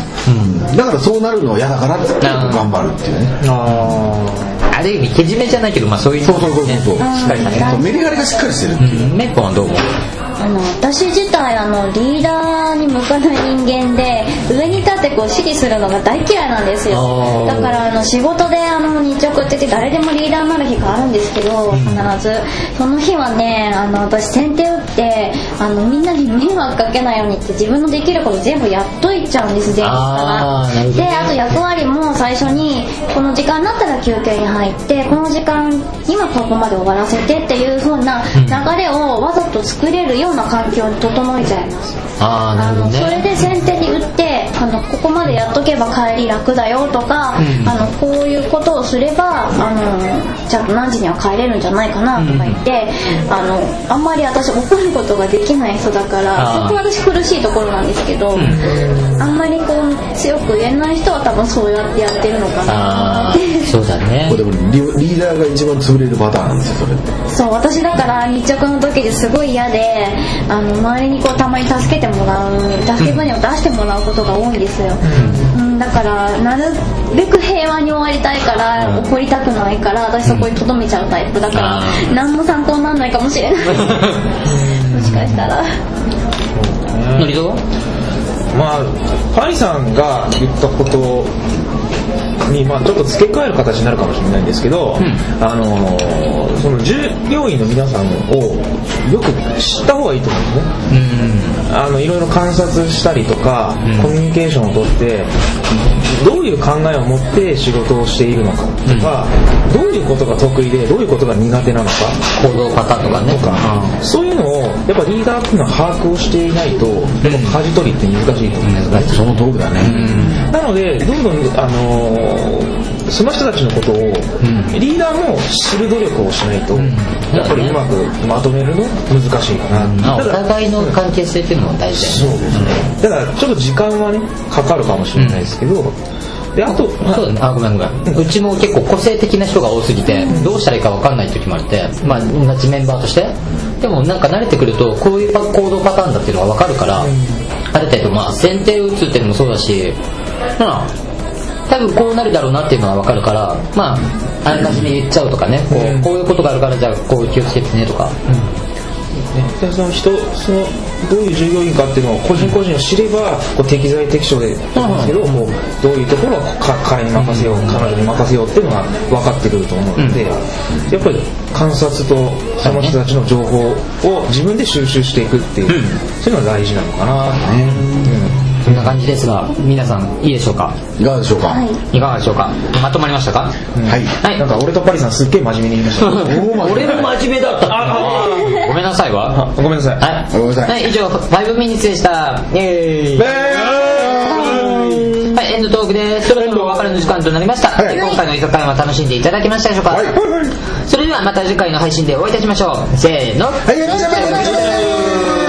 Speaker 2: だからそうなるのは嫌だからって言って
Speaker 1: あー
Speaker 2: 頑張るっていうね
Speaker 1: ある意味けじめじゃないけどまあそういう
Speaker 2: そうそうそうそうそう
Speaker 1: ねしっかりしたね
Speaker 2: そうメリハリがしっかりしてるっていう、
Speaker 1: メイコはどう思う
Speaker 4: あの私自体あのリーダーに向かない人間で上に立ってこう指示するのが大嫌いなんですよ
Speaker 1: あー
Speaker 4: だからあの仕事であの日直って言って誰でもリーダーになる日があるんですけど必ずその日はねあの私先手打ってあのみんなに迷惑かけないようにって自分のできること全部やっといちゃうんです全部
Speaker 1: あ
Speaker 4: か
Speaker 1: ーな
Speaker 4: ら
Speaker 1: るほど
Speaker 4: で
Speaker 1: ね
Speaker 4: あと役割も最初にこの時間になったら休憩に入ってこの時間今ここまで終わらせてっていう風な流れをわざと作れるような環境に整えちゃいます
Speaker 1: ああな
Speaker 4: あ
Speaker 1: るほ
Speaker 4: の
Speaker 1: ど
Speaker 4: それ
Speaker 1: ね
Speaker 4: で先手に打ってあのここまでやっとけば帰り楽だよとか、
Speaker 1: うん
Speaker 4: あのこういうことをすればあのちゃんと何時には帰れるんじゃないかなとか言って、あのあんまり私怒ることができない人だから
Speaker 1: あー
Speaker 4: そこ私苦しいところなんですけど、あんまりこう強く言えない人は多分そうやってやってるのか
Speaker 1: あ
Speaker 4: なって
Speaker 1: あそうだね
Speaker 2: これでもリリーダーが一番潰れるパターンなんですよそれって
Speaker 4: そう私だから日直の時ですごい嫌であの周りにこうたまに助けてもらう助け舟を出してもらうことが多いんですよ、うん、だからなるべく平和に終わりたいから怒りたくないから私そこにとどめちゃうタイプだか
Speaker 1: あ
Speaker 4: ら
Speaker 1: ー
Speaker 4: 何も参考にならないかもしれないもしかしたら
Speaker 1: ノリどう
Speaker 3: まあパイさんが言ったことに、まあ、ちょっと付け加える形になるかもしれないんですけど、あのーその従業員の皆さんをよく知った方がいいと思うんですね。あのいろいろ観察したりとか、コミュニケーションをとってどういう考えを持って仕事をしているのかとか、どういうことが得意でどういうことが苦手なのか
Speaker 1: 行動パターンとかね
Speaker 3: とか、そういうのをやっぱリーダーっていうのは把握をしていないと、でも舵取りって難しいと思うんですね
Speaker 2: その道具だね
Speaker 3: なのでどんどん、あのーその人たちのことを、リーダーも知る努力をしないと、やっぱりうまくまとめるの難しいかな、
Speaker 1: まあお
Speaker 3: だから
Speaker 1: 互いの関係性っていうのも大事だよね
Speaker 3: そうですね。だからちょっと時間はね、かかるかもしれないですけど、で、あと、まあ
Speaker 1: そうだね、あごめんごめんうちも結構個性的な人が多すぎてどうしたらいいか分かんない時もあってまあ同じメンバーとしてでもなんか慣れてくるとこういうパ行動パターンだっていうのが分かるからある程度まあ先手を打つっていうのもそうだしまあ多分こうなるだろうなっていうのは分かるからまああらかじめ言っちゃうとかねこうこういうことがあるからじゃあこう気をつけてねとか
Speaker 3: でその人、その、どういう従業員かっていうのを個人個人を知れば、こう適材適所で、ですけど、もう、どういうところはか彼に任せよう、彼女に任せようっていうのが分かってくると思うので、やっぱり観察とその人たちの情報を自分で収集していくっていう、そういうのが大事なのかなとね。
Speaker 1: そんな感じですが皆さんいいでしょうか
Speaker 2: いかがでしょうか
Speaker 4: はい
Speaker 1: いかがでしょうかまとまりましたか
Speaker 2: はい
Speaker 1: はい
Speaker 3: なんか俺とパリさんすっげえ真面目に言いました。
Speaker 1: 俺も真面目だったごめんなさいわ
Speaker 3: あごめんなさい。
Speaker 1: はい、
Speaker 2: ごめんなさい
Speaker 1: はい、以上、5ミニッツでした。イェーイ。はい、エンドトークです。そろそろお別れの時間となりました。
Speaker 2: はい
Speaker 1: 今回の居酒屋は楽しんでいただけましたでしょうか、それではまた次回の配信でお会いいたしましょう。せーの。
Speaker 2: はいありがとうございます